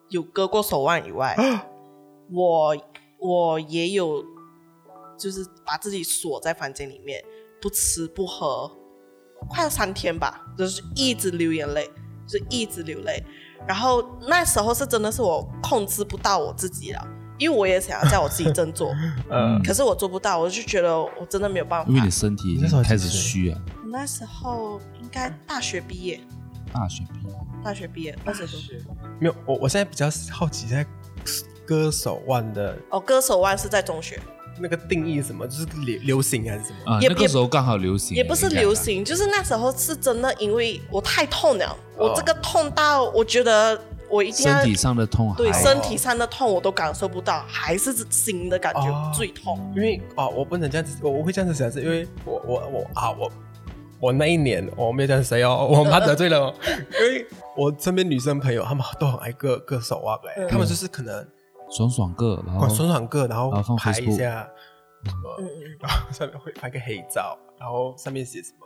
[SPEAKER 2] 有割过手腕以 外，我我也有就是把自己锁在房间里面，不吃不喝，快要三天吧，就是一直流眼泪，就是一直流泪。然后那时候是真的是我控制不到我自己了，因为我也想要叫我自己振 作，
[SPEAKER 3] 嗯，
[SPEAKER 2] 可是我做不到，我就觉得我真的没有办法
[SPEAKER 1] 因为。你身体已
[SPEAKER 3] 你那时候
[SPEAKER 1] 经
[SPEAKER 3] 几
[SPEAKER 1] 开始
[SPEAKER 3] 岁
[SPEAKER 1] 虚啊，
[SPEAKER 2] 那时候应该大学毕业，
[SPEAKER 1] 大学毕业，
[SPEAKER 2] 大学毕业二十多岁。
[SPEAKER 3] 没有，我我现在比较好奇，在歌手腕的
[SPEAKER 2] 哦，歌手腕是在中学，
[SPEAKER 3] 那个定义是什么，就是流流行还是什么？
[SPEAKER 1] 啊，
[SPEAKER 2] 也
[SPEAKER 1] 那个时候刚好流行，哎
[SPEAKER 2] 也不是
[SPEAKER 1] 应该吧
[SPEAKER 2] 流，行，就是那时候是真的，因为我太痛了，
[SPEAKER 3] 哦
[SPEAKER 2] 我这个痛到我觉得我一定要
[SPEAKER 1] 身体上的痛还
[SPEAKER 2] 对
[SPEAKER 1] 好
[SPEAKER 2] 身体上的痛我都感受不到，还是心的感
[SPEAKER 3] 哦
[SPEAKER 2] 觉最痛。
[SPEAKER 3] 因为啊，我不能这样子，我我会这样子想，是因为我我我啊我我那一年我没有这样谁哦，我怕得罪了哦，因为我身边女生朋友她们都很爱歌歌手啊，哎、
[SPEAKER 2] 嗯
[SPEAKER 3] 她们就是可能
[SPEAKER 1] 爽爽个，然后
[SPEAKER 3] 管爽爽歌，然
[SPEAKER 1] 然后
[SPEAKER 3] 后
[SPEAKER 1] 放
[SPEAKER 3] 拍一
[SPEAKER 1] Facebook
[SPEAKER 3] 下
[SPEAKER 2] 嗯
[SPEAKER 3] 什么，
[SPEAKER 2] 嗯，
[SPEAKER 3] 然后上面会拍个黑照，然后上面写什么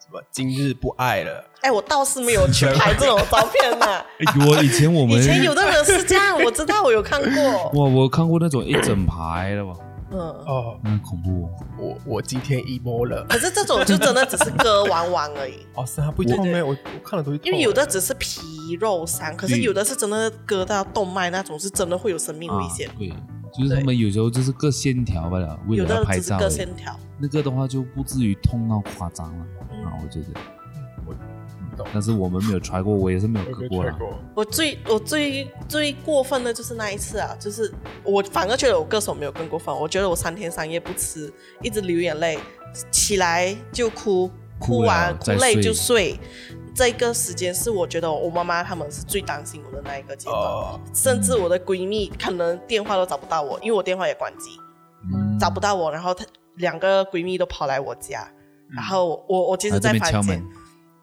[SPEAKER 3] 什么今日不爱了，
[SPEAKER 2] 哎，我倒是没有去拍这种照片呢、
[SPEAKER 1] 哎我以前啊 我们
[SPEAKER 2] 以前有的人是这样，我知道我有看过。
[SPEAKER 1] 哇， 我看过那种一整排的哇，
[SPEAKER 2] 嗯，
[SPEAKER 3] 哦，
[SPEAKER 1] 那恐怖哦。
[SPEAKER 3] 我我今天 emo 了。
[SPEAKER 2] 可是这种就真的只是割完完而已。
[SPEAKER 3] 哦，是啊，不会痛咩？我我看了都会痛。
[SPEAKER 2] 因为有的只是皮肉
[SPEAKER 1] 哦
[SPEAKER 2] 伤，可是有的是真的割到动脉那种，是真的会有生命危险。
[SPEAKER 1] 啊。对，就是他们有时候就是割线条罢了，为
[SPEAKER 2] 有
[SPEAKER 1] 了要
[SPEAKER 2] 的
[SPEAKER 1] 拍
[SPEAKER 2] 只是
[SPEAKER 1] 照
[SPEAKER 2] 割
[SPEAKER 1] 而已。
[SPEAKER 2] 线条，嗯
[SPEAKER 1] 那个的话就不至于痛到夸张了啊，我觉得。
[SPEAKER 3] 懂
[SPEAKER 1] 但是我们没有揣过，我也是没有
[SPEAKER 3] 我
[SPEAKER 1] 割
[SPEAKER 3] 没
[SPEAKER 1] 过啊啦
[SPEAKER 3] 有看。过，
[SPEAKER 2] 我最我最最过分的就是那一次啊，就是我反而觉得我歌手没有更过分，我觉得我三天三夜不吃，一直流眼泪，起来就哭，
[SPEAKER 1] 哭
[SPEAKER 2] 哭
[SPEAKER 1] 了
[SPEAKER 2] 完哭
[SPEAKER 1] 再睡
[SPEAKER 2] 累就睡。这个时间是我觉得我妈妈他们是最担心我的那一个阶段，
[SPEAKER 3] 哦，
[SPEAKER 2] 甚至我的闺蜜可能电话都找不到我，因为我电话也关机。
[SPEAKER 1] 嗯
[SPEAKER 2] 找不到我，然后她两个闺蜜都跑来我家，然后我我其
[SPEAKER 1] 然后嗯这
[SPEAKER 2] 实在
[SPEAKER 1] 边敲
[SPEAKER 2] 房间
[SPEAKER 1] 门，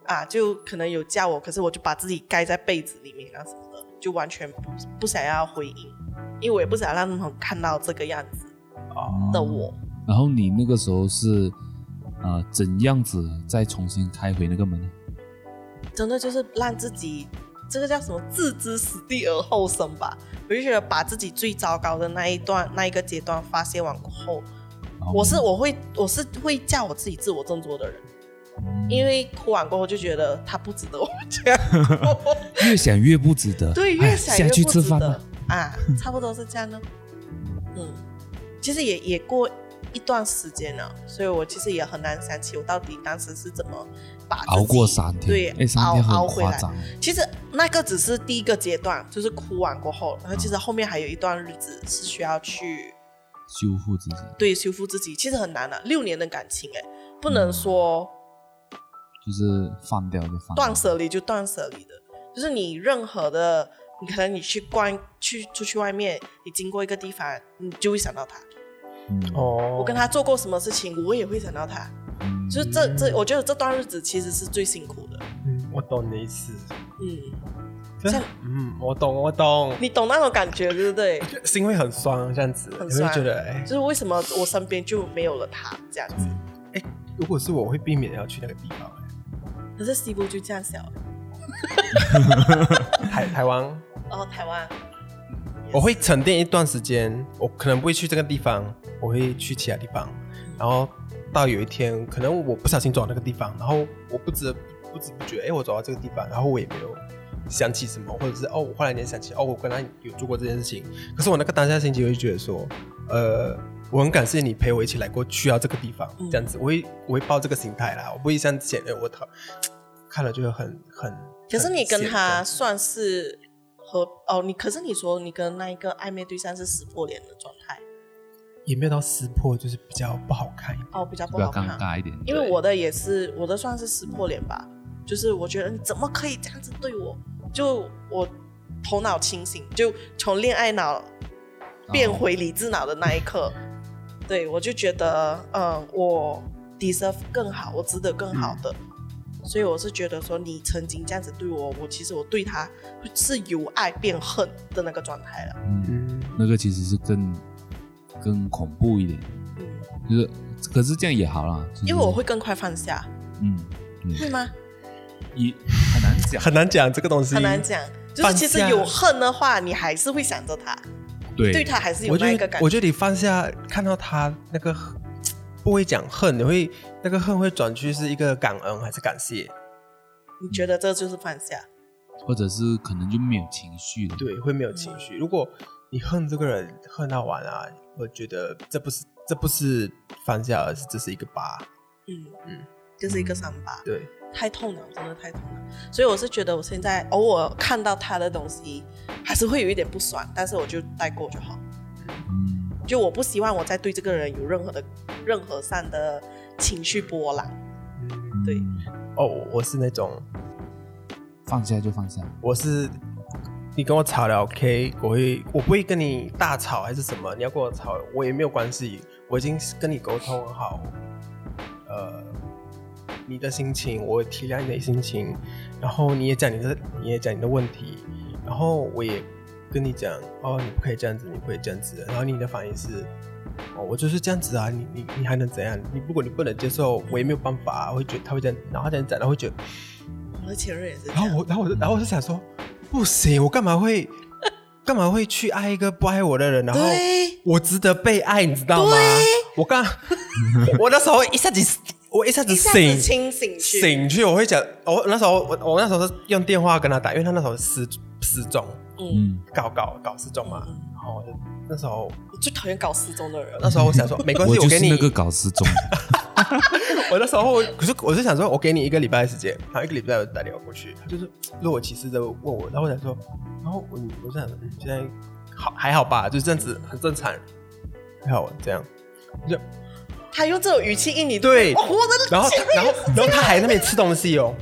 [SPEAKER 2] 啊，就可能有叫我，可是我就把自己盖在被子里面啊什么的，就完全不不想要回应，因为我也不想让他们看到这个样子的我。
[SPEAKER 1] 然后你那个时候是呃怎样子再重新开回那个门呢？
[SPEAKER 2] 真的就是让自己这个叫什么置之死地而后生吧。我就觉得把自己最糟糕的那一段那一个阶段发泄完过后，
[SPEAKER 1] 然后
[SPEAKER 2] 我是我会我是会叫我自己自我振作的人，因为哭完过后就觉得他不值得我这样过。
[SPEAKER 1] 越想越不值得，
[SPEAKER 2] 对，越
[SPEAKER 1] 哎
[SPEAKER 2] 想
[SPEAKER 1] 下
[SPEAKER 2] 越
[SPEAKER 1] 去
[SPEAKER 2] 不值
[SPEAKER 1] 吃饭
[SPEAKER 2] 得
[SPEAKER 1] 吧。
[SPEAKER 2] 啊，差不多是这样的。嗯，其实也也过一段时间了，所以我其实也很难想起我到底当时是怎么把自己
[SPEAKER 1] 熬过三天，哎，
[SPEAKER 2] 对，
[SPEAKER 1] 三
[SPEAKER 2] 熬
[SPEAKER 1] 天很
[SPEAKER 2] 熬回
[SPEAKER 1] 夸
[SPEAKER 2] 来。
[SPEAKER 1] 张，
[SPEAKER 2] 其实那个只是第一个阶段，就是哭完过后，然后其实后面还有一段日子是需要去
[SPEAKER 1] 修复自己
[SPEAKER 2] 对修复自己，其实很难的、六年的感情哎，不
[SPEAKER 1] 嗯
[SPEAKER 2] 能说
[SPEAKER 1] 就是放掉就放掉，
[SPEAKER 2] 断舍离就断舍离的，就是你任何的，你可能你去逛去出去外面，你经过一个地方，你就会想到他。
[SPEAKER 1] 嗯，
[SPEAKER 3] 哦，
[SPEAKER 2] 我跟他做过什么事情，我也会想到他。
[SPEAKER 1] 嗯
[SPEAKER 2] 就是这这，我觉得这段日子其实是最辛苦的。
[SPEAKER 3] 嗯，我懂你的意思。
[SPEAKER 2] 嗯，
[SPEAKER 3] 可是
[SPEAKER 2] 像
[SPEAKER 3] 嗯，我懂，我懂，
[SPEAKER 2] 你懂那种感觉，对不对？
[SPEAKER 3] 是因为很酸啊这样子，
[SPEAKER 2] 很
[SPEAKER 3] 你会
[SPEAKER 2] 酸
[SPEAKER 3] 觉得哎
[SPEAKER 2] 就，是为什么我身边就没有了他这样
[SPEAKER 1] 嗯
[SPEAKER 2] 子？
[SPEAKER 3] 如果是我会避免要去那个地方，
[SPEAKER 2] 可是西部就这样小了，
[SPEAKER 3] 台台湾，
[SPEAKER 2] 然后哦台湾，
[SPEAKER 3] 我会沉淀一段时间，我可能不会去这个地方，我会去其他地方，然后到有一天，可能我不小心走到那个地方，然后我不知不知不觉，哎，我走到这个地方，然后我也没有想起什么，或者是哦，我忽然间想起，哦，我跟他有做过这件事情，可是我那个当下心情我就觉得说，呃。我很感谢你陪我一起来过去到这个地方，
[SPEAKER 2] 嗯
[SPEAKER 3] 这样子，我会我会抱这个心态啦，我不会像之前，哎，我讨看了就会很很。
[SPEAKER 2] 可是你
[SPEAKER 3] 很
[SPEAKER 2] 跟
[SPEAKER 3] 闲这样
[SPEAKER 2] 他算是和哦，你可是你说你跟那一个暧昧对象是撕破脸的状态
[SPEAKER 3] 也没有到撕破，就是比较不好看一点。
[SPEAKER 2] 哦，比较
[SPEAKER 1] 比
[SPEAKER 2] 不
[SPEAKER 1] 较
[SPEAKER 2] 好
[SPEAKER 1] 尴
[SPEAKER 2] 看。
[SPEAKER 1] 尬一点，
[SPEAKER 2] 因为我的也是我的算是撕破脸吧，就是我觉得你怎么可以这样子对我？就我头脑清醒，就从恋爱脑变回理智脑的那一刻，对我就觉得，嗯，我 deserve 更好，我值得更好的。所以我是觉得说，你曾经这样子对我，我其实我对他是由爱变恨的那个状态了。
[SPEAKER 1] 嗯，
[SPEAKER 3] 嗯，
[SPEAKER 1] 那个其实是更更恐怖一点，
[SPEAKER 2] 嗯，
[SPEAKER 1] 就是可是这样也好啦，就是
[SPEAKER 2] 因为我会更快放下，
[SPEAKER 1] 嗯嗯，
[SPEAKER 2] 会吗？
[SPEAKER 1] 一很难讲，
[SPEAKER 3] 很难讲这个东西，
[SPEAKER 2] 很难。讲。就是
[SPEAKER 3] 放
[SPEAKER 2] 其实
[SPEAKER 3] 下
[SPEAKER 2] 有恨的话，你还是会想着他。
[SPEAKER 1] 对
[SPEAKER 2] 对他还是有
[SPEAKER 3] 我觉
[SPEAKER 2] 那一个
[SPEAKER 3] 得，
[SPEAKER 2] 感
[SPEAKER 3] 我
[SPEAKER 2] 觉。
[SPEAKER 3] 觉得你放下，看到他那个不会讲恨，你会那个恨会转去是一个感恩还是感谢？
[SPEAKER 2] 你觉得这就是放下？
[SPEAKER 1] 或者是可能就没有情绪了，
[SPEAKER 3] 对，会没有情绪。嗯如果你恨这个人恨到完啊，我觉得这不是这不是放下，而是这是一个疤。
[SPEAKER 2] 嗯嗯
[SPEAKER 3] 嗯，
[SPEAKER 2] 就是一个伤疤，
[SPEAKER 3] 对，
[SPEAKER 2] 太痛了，真的太痛了。所以我是觉得我现在偶尔看到他的东西，还是会有一点不爽，但是我就带过就好。
[SPEAKER 1] 嗯，
[SPEAKER 2] 就我不希望我再对这个人有任何的任何上的情绪波浪。
[SPEAKER 3] 嗯，
[SPEAKER 2] 对
[SPEAKER 1] 嗯
[SPEAKER 3] 哦，我是那种
[SPEAKER 1] 放下就放下，
[SPEAKER 3] 我是你跟我吵了，OK，我会我不会跟你大吵还是什么，你要跟我吵，我也没有关系，我已经跟你沟通好，呃，你的心情，我体谅你的心情，然后你也讲你的，你也讲你的问题，然后我也跟你讲，哦，你不可以这样子，你不可以这样子，然后你的反应是。哦，我就是这样子啊，你你你还能怎样？你如果你不能接受，我也没有办法、啊。我会觉得他会这样，然后他这样讲，然后会觉得
[SPEAKER 2] 我的前任也是这
[SPEAKER 3] 然
[SPEAKER 2] 样，
[SPEAKER 3] 后我，然后我就，然后我就想说，不行，我干嘛会， 干嘛会去爱一个不爱我的人？然后
[SPEAKER 2] 对
[SPEAKER 3] 我值得被爱，你知道吗？我刚， 我我那时候一下子，我一下子
[SPEAKER 2] 一下子
[SPEAKER 3] 醒
[SPEAKER 2] 清醒去，
[SPEAKER 3] 醒去，我会讲，我那时候我我那时候是用电话跟他打，因为他那时候失失踪，
[SPEAKER 2] 嗯，
[SPEAKER 1] 嗯，
[SPEAKER 3] 搞搞搞失踪嘛
[SPEAKER 2] 嗯嗯。
[SPEAKER 3] 然后我就那时候
[SPEAKER 2] 我最讨厌搞失踪的人了。
[SPEAKER 3] 那时候我想说，没关系，
[SPEAKER 1] 我就
[SPEAKER 3] 给
[SPEAKER 1] 是
[SPEAKER 3] 你
[SPEAKER 1] 那个搞失踪，
[SPEAKER 3] 我那时候，可是我是想说，我给你一个礼拜的时间，然后一个礼拜我就打电话过去，他就是若我其事的问我，然后我想说，然后我我就想，嗯，现在好还好吧，就这样子很正常，还好这样，就
[SPEAKER 2] 他用这种语气应你，
[SPEAKER 3] 对
[SPEAKER 2] 哦我的
[SPEAKER 3] 然后
[SPEAKER 2] 前任
[SPEAKER 3] 然后然后他还在那边吃东西哦，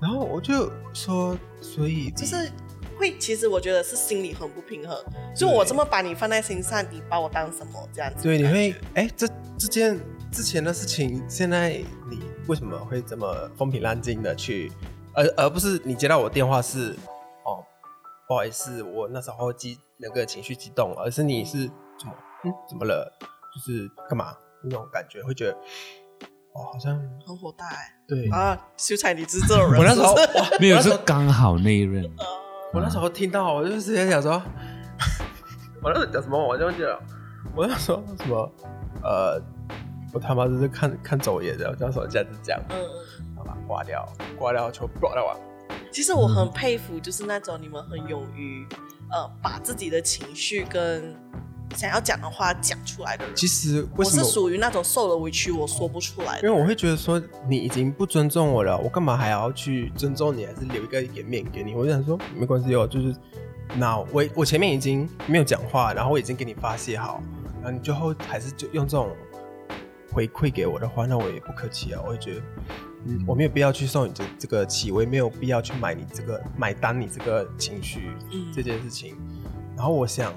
[SPEAKER 3] 然后我就说，所以你
[SPEAKER 2] 就是会，其实我觉得是心里很不平衡，就我这么把你放在心上，你把我当什么这样子？
[SPEAKER 3] 对，你会哎，这这件之前的事情，现在你为什么会这么风平浪静的去，而而不是你接到我电话是哦，不好意思，我那时候激那个情绪激动，而是你是怎么嗯怎么了，就是干嘛那种感觉，会觉得哦，好像
[SPEAKER 2] 很火大哎、
[SPEAKER 3] 对。
[SPEAKER 2] 啊！秀才，你是这种人，
[SPEAKER 3] 我那时候，
[SPEAKER 2] 是不是
[SPEAKER 3] 哇
[SPEAKER 1] 没有，是刚好那一任。
[SPEAKER 2] 呃
[SPEAKER 1] 啊
[SPEAKER 3] 我那时候听到，我就直接想说，我那时候讲什么我就忘记了，我那时候什么，呃，我他妈就是看看走眼的，我那时候这样子讲，
[SPEAKER 2] 嗯嗯嗯
[SPEAKER 3] 好吧，挂掉，挂掉，球挂掉啊，
[SPEAKER 2] 其实我
[SPEAKER 3] 嗯
[SPEAKER 2] 很佩服，就是那种你们很勇于呃把自己的情绪跟想要讲的话讲出来的人。
[SPEAKER 3] 其实
[SPEAKER 2] 我
[SPEAKER 3] 为什
[SPEAKER 2] 是
[SPEAKER 3] 么？
[SPEAKER 2] 属于那种受了委屈我说不出来
[SPEAKER 3] 因为
[SPEAKER 2] 的。
[SPEAKER 3] 我会觉得说你已经不尊重我了，我干嘛还要去尊重你，还是留一个颜面给你？我就想说没关系哦，就是那我我前面已经没有讲话，然后我已经给你发泄好，然后你最后还是就用这种回馈给我的话，那我也不客气啊，我也觉得。嗯，我没有必要去受你这这个气，我也没有必要去买你这个买单你这个情绪、
[SPEAKER 2] 嗯
[SPEAKER 3] 这件事情。然后我想，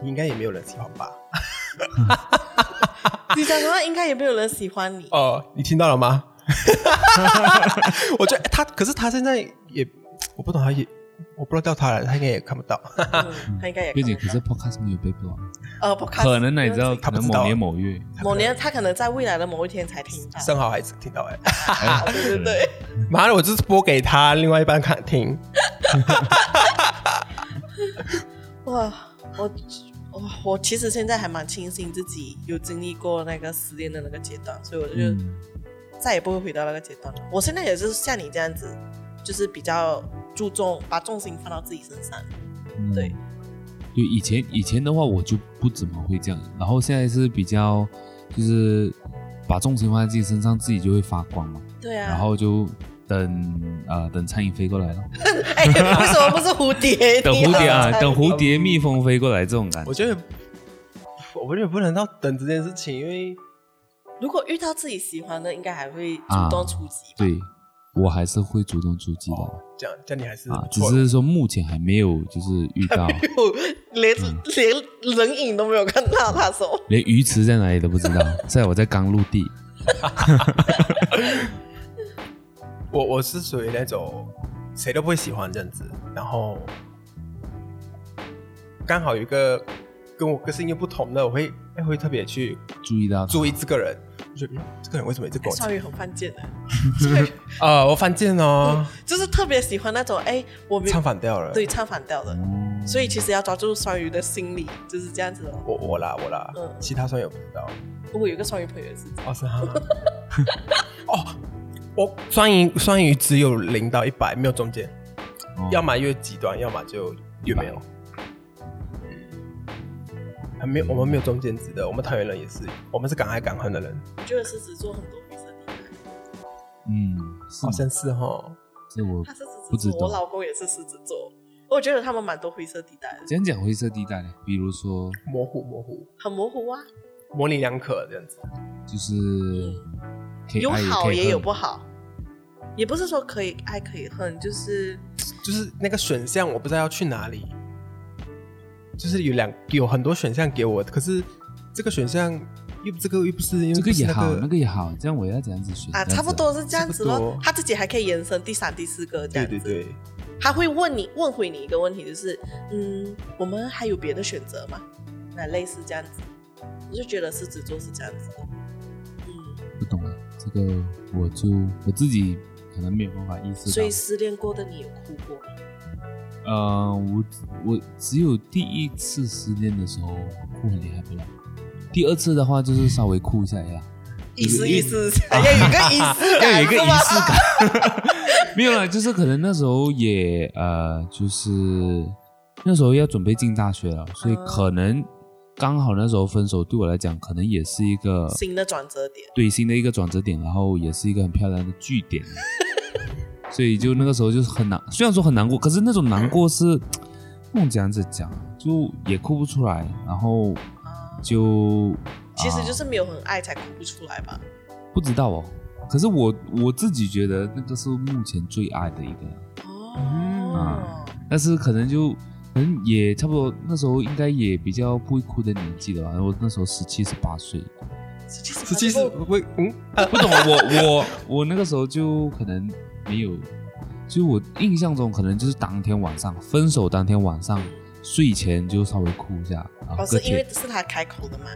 [SPEAKER 3] 你应该也没有人喜欢吧？
[SPEAKER 2] 你讲的话应该也没有人喜欢你。
[SPEAKER 3] 哦，你听到了 吗？我觉得他，可是他现在也，我不懂他也，我不知道他了，他应该也看不到。
[SPEAKER 2] 嗯他应该也
[SPEAKER 1] 并且
[SPEAKER 2] 看
[SPEAKER 1] 可
[SPEAKER 2] 得
[SPEAKER 1] 是
[SPEAKER 2] 到
[SPEAKER 1] podcast 没有被 block，
[SPEAKER 2] 呃，不看
[SPEAKER 1] 可能呢，你知道，
[SPEAKER 3] 他
[SPEAKER 1] 可
[SPEAKER 3] 不
[SPEAKER 1] 能
[SPEAKER 3] 啊知道
[SPEAKER 1] 某年某月，
[SPEAKER 2] 某年他可能在未来的某一天才听到。
[SPEAKER 3] 生蚝还是听到哎、
[SPEAKER 1] 哎
[SPEAKER 2] 对对对，
[SPEAKER 3] 妈的，我就是播给他，另外一半看听。
[SPEAKER 2] 哇，我我我其实现在还蛮庆幸自己有经历过那个失恋的那个阶段，所以我就
[SPEAKER 1] 嗯
[SPEAKER 2] 再也不会回到那个阶段了。我现在也是像你这样子，就是比较注重把重心放到自己身上。
[SPEAKER 1] 嗯
[SPEAKER 2] 对
[SPEAKER 1] 对，以前以前的话我就不怎么会这样，然后现在是比较就是把重心放在自己身上，自己就会发光嘛，
[SPEAKER 2] 对啊，
[SPEAKER 1] 然后就等啊、等苍蝇飞过来了，
[SPEAKER 2] 哎，为什么不是蝴 蝶？
[SPEAKER 1] 等蝴蝶啊，等蝴蝶、
[SPEAKER 3] 嗯
[SPEAKER 1] 蜜蜂飞过来这种感觉
[SPEAKER 3] 我，觉得，我觉得不能到等这件事情，因为
[SPEAKER 2] 如果遇到自己喜欢的，应该还会主
[SPEAKER 1] 啊
[SPEAKER 2] 动出击吧？
[SPEAKER 1] 对我还是会主动出击的
[SPEAKER 3] 这样哦这样你还是
[SPEAKER 1] 啊
[SPEAKER 3] 不，
[SPEAKER 1] 只
[SPEAKER 3] 错的
[SPEAKER 1] 是说目前还没有就是遇到，
[SPEAKER 2] 哟连
[SPEAKER 1] 嗯
[SPEAKER 2] 连人影都没有看到，他说。
[SPEAKER 1] 连鱼池在哪里都不知道，在我在刚陆地，
[SPEAKER 3] 我我是属于那种谁都不会喜欢这样子，然后刚好有一个跟我个性又不同的，我会哎会特别去
[SPEAKER 1] 注意到它
[SPEAKER 3] 注意这个人，我觉得、嗯、这个人为什么一直跟我讲
[SPEAKER 2] 双？鱼很犯贱的，
[SPEAKER 3] 呃，我犯贱哦，
[SPEAKER 2] 就是特别喜欢那种哎，我没
[SPEAKER 3] 唱反调了。
[SPEAKER 2] 对，唱反调的，
[SPEAKER 1] 哦
[SPEAKER 2] 所以其实要抓住双鱼的心理，就是这样子的。
[SPEAKER 3] 我我啦我啦，
[SPEAKER 2] 嗯
[SPEAKER 3] 其他双友不知 道。
[SPEAKER 2] 我有一个双鱼朋友也是这样，
[SPEAKER 3] 哦是哈，哦，我双鱼双鱼只有零到一百，没有中间，
[SPEAKER 1] 哦
[SPEAKER 3] 要么越极端，要么就越没有。还没有，我们没有中间值的，我们桃园人也是，我们是敢爱敢恨的人，
[SPEAKER 2] 我觉得狮子座很多灰色地带。
[SPEAKER 1] 嗯，是
[SPEAKER 3] 好
[SPEAKER 1] 吗
[SPEAKER 3] 像是哈。
[SPEAKER 1] 这我
[SPEAKER 2] 他是狮
[SPEAKER 1] 不
[SPEAKER 2] 子
[SPEAKER 1] 知
[SPEAKER 2] 座，我
[SPEAKER 1] 道。
[SPEAKER 2] 老公也是狮子座，我觉得他们蛮多灰色地带的，
[SPEAKER 1] 讲讲灰色地带呢，比如说
[SPEAKER 3] 模糊模糊，
[SPEAKER 2] 很模糊啊，
[SPEAKER 3] 模棱两可这样子。
[SPEAKER 1] 就是可以
[SPEAKER 2] 有
[SPEAKER 1] 爱
[SPEAKER 2] 好
[SPEAKER 1] 可以
[SPEAKER 2] 也有
[SPEAKER 1] 恨
[SPEAKER 2] 不好，也不是说可以爱可以恨，就是
[SPEAKER 3] 就是那个选项我不知道要去哪里，就是有两有很多选项给我，可是这个选项又这个又不是，又
[SPEAKER 1] 这
[SPEAKER 3] 不
[SPEAKER 1] 个
[SPEAKER 3] 是
[SPEAKER 1] 也好，
[SPEAKER 3] 那
[SPEAKER 1] 那
[SPEAKER 3] 个
[SPEAKER 1] 个也好，这样我要怎样子选
[SPEAKER 2] 啊，
[SPEAKER 1] 这样子
[SPEAKER 2] 差不多是这样子
[SPEAKER 3] 差不
[SPEAKER 2] 咯
[SPEAKER 3] 多。
[SPEAKER 2] 他自己还可以延伸第三、第四个这
[SPEAKER 3] 对
[SPEAKER 2] 样子。
[SPEAKER 3] 对对，
[SPEAKER 2] 他会问你问回你一个问题，就是嗯，我们还有别的选择吗？那类似这样子，我就觉得狮子座是这样子的。嗯，
[SPEAKER 1] 不懂了。这个我就我自己可能没有办法意识
[SPEAKER 2] 所
[SPEAKER 1] 到
[SPEAKER 2] 以。失恋过的你有哭过吗？
[SPEAKER 1] 呃，我我只有第一次失恋的时候哭很厉害不了，第二次的话就是稍微哭一下呀，
[SPEAKER 2] 意思意思，要哎有一个仪 式感，
[SPEAKER 1] 要有一个
[SPEAKER 2] 是
[SPEAKER 1] 仪
[SPEAKER 2] 吗
[SPEAKER 1] 式感。 没有啦，啊就是可能那时候也呃，就是那时候要准备进大学了，所以
[SPEAKER 2] 嗯
[SPEAKER 1] 可能刚好那时候分手对我来讲，可能也是一个
[SPEAKER 2] 新的转折点。啊
[SPEAKER 1] 对新的一个转折点，然后也是一个很漂亮的据 点。所以就那个时候就是很难，虽然说很难过，可是那种难过是，不能这样子讲，就也哭不出来，然后
[SPEAKER 2] 啊
[SPEAKER 1] 就
[SPEAKER 2] 其实就
[SPEAKER 1] 啊
[SPEAKER 2] 是没有很爱才哭不出来吧。
[SPEAKER 1] 不知道哦。可是我我自己觉得那个是目前最爱的一个，
[SPEAKER 2] 哦，
[SPEAKER 1] 啊但是可能就可能也差不多，那时候应该也比较不会哭的年纪了吧？我那时候十七十八岁，
[SPEAKER 2] 十七
[SPEAKER 3] 十七是会嗯
[SPEAKER 1] 不懂我 我我那个时候就可能没有，就我印象中可能就是当天晚上分手当天晚上睡前就稍微哭一下，然后
[SPEAKER 2] 哦，
[SPEAKER 1] 隔
[SPEAKER 2] 是因为
[SPEAKER 1] 天
[SPEAKER 2] 是他开口的嘛？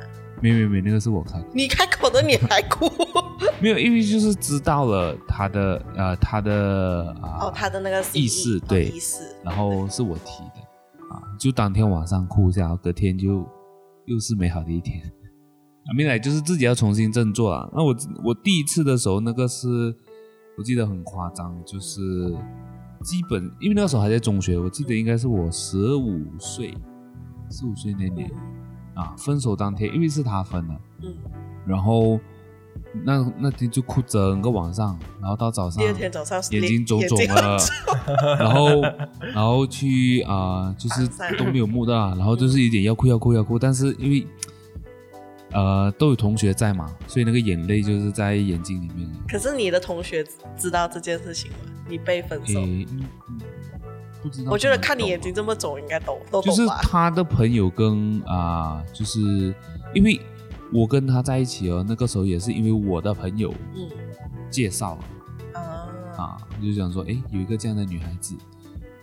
[SPEAKER 1] 没有没有没有，那个是我开口，
[SPEAKER 2] 你开口的你还 哭
[SPEAKER 1] 没有，因为就是知道了他的呃他的啊、
[SPEAKER 2] 哦，他的那个心
[SPEAKER 1] 意识
[SPEAKER 2] 哦
[SPEAKER 1] 对
[SPEAKER 2] 意识，
[SPEAKER 1] 然后是我提的啊，就当天晚上哭一下，然后隔天就又是美好的一天。啊，没来就是自己要重新振作啊。那我我第一次的时候，那个是我记得很夸张，就是基本因为那个时候还在中学，我记得应该是我十五岁，十五岁那年啊，分手当天，因为是他分的，
[SPEAKER 2] 嗯，
[SPEAKER 1] 然后那那天就哭整个晚上，然后到早上
[SPEAKER 2] 第二天早上
[SPEAKER 1] 眼睛肿啊肿
[SPEAKER 2] 眼睛
[SPEAKER 1] 了， 然后然后去啊、就是
[SPEAKER 2] 散散
[SPEAKER 1] 都没有摸到啊，然后就是有点要哭要哭要哭，但是因为呃都有同学在嘛，所以那个眼泪就是在眼睛里面。
[SPEAKER 2] 可是你的同学知道这件事情吗？你被分手，
[SPEAKER 1] 诶，嗯嗯不知道。
[SPEAKER 2] 我觉得看你眼睛。这么肿，应该懂都
[SPEAKER 1] 啊就
[SPEAKER 2] 懂
[SPEAKER 1] 是
[SPEAKER 2] 吧？
[SPEAKER 1] 他的朋友跟啊、就是因为我跟他在一起哦，那个时候也是因为我的朋友
[SPEAKER 2] 嗯
[SPEAKER 1] 介绍了。
[SPEAKER 2] 啊，
[SPEAKER 1] 啊，就想说，哎，有一个这样的女孩子，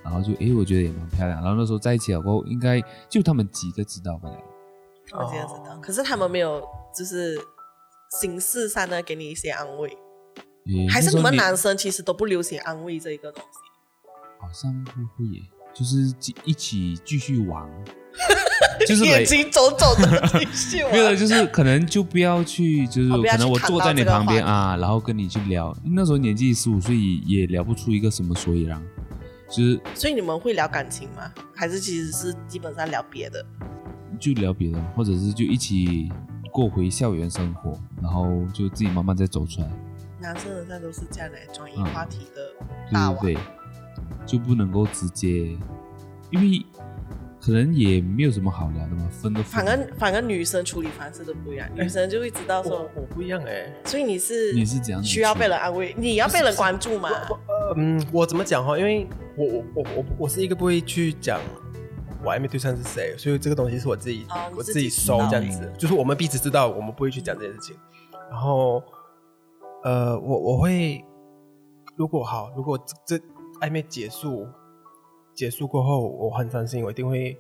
[SPEAKER 1] 然后就，哎，我觉得也蛮漂亮。然后那时候在一起了过后，应该就他们几个知道吧？
[SPEAKER 2] 他们今天知道
[SPEAKER 3] 哦，
[SPEAKER 2] 可是他们没有就是形式上的给你一些安慰，
[SPEAKER 1] 诶
[SPEAKER 2] 还是你们？
[SPEAKER 1] 那时候
[SPEAKER 2] 男生其实都不流行安慰这一个东西。
[SPEAKER 1] 好像不会耶，就是继一起继续 玩，就是
[SPEAKER 2] 眼
[SPEAKER 1] 没
[SPEAKER 2] 睛肿肿的继续玩
[SPEAKER 1] 没有了，就是可能就不要去，就是
[SPEAKER 2] 哦不要
[SPEAKER 1] 可能
[SPEAKER 2] 去
[SPEAKER 1] 我
[SPEAKER 2] 砍
[SPEAKER 1] 坐
[SPEAKER 2] 到
[SPEAKER 1] 在你
[SPEAKER 2] 这个
[SPEAKER 1] 旁边
[SPEAKER 2] 话题
[SPEAKER 1] 啊，然后跟你去聊。那时候年纪十五岁，也聊不出一个什么所以然，就是
[SPEAKER 2] 所以你们会聊感情吗？还是其实是基本上聊别的？
[SPEAKER 1] 就聊别的，或者是就一起过回校园生活，然后就自己慢慢再走出来。
[SPEAKER 2] 男生好像都是这样来转移
[SPEAKER 1] 嗯
[SPEAKER 2] 话题的大王。
[SPEAKER 1] 对对对，就不能够直接，因为可能也没有什么好聊的嘛，分都分
[SPEAKER 2] 反
[SPEAKER 1] 了。
[SPEAKER 2] 正反正女生处理方式都不一样，女生就会知道
[SPEAKER 3] 我
[SPEAKER 2] 说，
[SPEAKER 3] 我不一样哎，
[SPEAKER 2] 所以你是
[SPEAKER 1] 哦你是怎样子
[SPEAKER 2] 需要
[SPEAKER 1] 处
[SPEAKER 2] 被
[SPEAKER 1] 理啊
[SPEAKER 2] 人安慰，你要被人关注嘛？
[SPEAKER 3] 嗯，我怎么讲哈？因为我我我我我是一个不会去讲我暧昧对象是谁，所以这个东西是我自己、
[SPEAKER 2] 哦你
[SPEAKER 3] 我
[SPEAKER 2] 自
[SPEAKER 3] 自己
[SPEAKER 2] 己知
[SPEAKER 3] 收
[SPEAKER 2] 道
[SPEAKER 3] 这样子，就是我们彼此知道，我们不会去讲这件事情。然后，呃，我我会如果好，如果这这暧昧结束结束过后，我很伤心，我一定会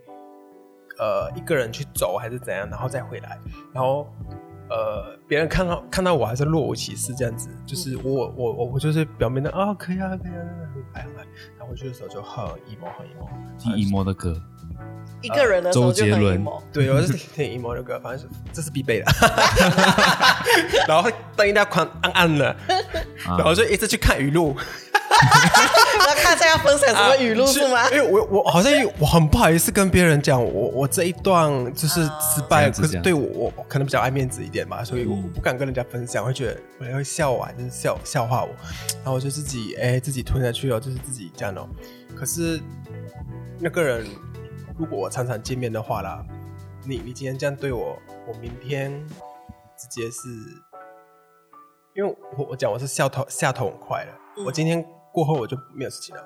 [SPEAKER 3] 呃一个人去走还是怎样，然后再回来，然后。呃，别人看到看到我还是若无其事这样子，就是我我我我就是表面的啊，可以啊，可以啊，很快很快。然后回去的时候就很 emo 很 emo，
[SPEAKER 1] 听 emo 的歌，
[SPEAKER 2] 一个人的时候就
[SPEAKER 1] 周杰
[SPEAKER 2] 很
[SPEAKER 1] 伦
[SPEAKER 2] emo。
[SPEAKER 3] 对，我是挺 emo 的歌，反正是这是必备的。然后灯一定要狂暗暗的，
[SPEAKER 1] 啊
[SPEAKER 3] 然后就一直去看语录，
[SPEAKER 2] 那看一下要分享什么语录
[SPEAKER 3] 啊
[SPEAKER 2] 是吗？
[SPEAKER 3] 因为我我好像我很不好意思跟别人讲，我我这一段就是
[SPEAKER 2] 啊
[SPEAKER 3] 失败，
[SPEAKER 1] 这样子
[SPEAKER 3] 可
[SPEAKER 1] 这
[SPEAKER 3] 是
[SPEAKER 1] 样
[SPEAKER 3] 对我我我可能比较爱面子一点嘛，所以我
[SPEAKER 1] 嗯
[SPEAKER 3] 不敢跟人家分享，会觉得哎我人家会笑我，还是笑笑话我，然后我就自己哎自己吞下去了，就是自己这样哦。可是那个人如果我常常见面的话啦，你你今天这样对我，我明天直接是，因为我我讲我是下头下头很快的，
[SPEAKER 2] 嗯
[SPEAKER 3] 我今天过后我就没有事情了。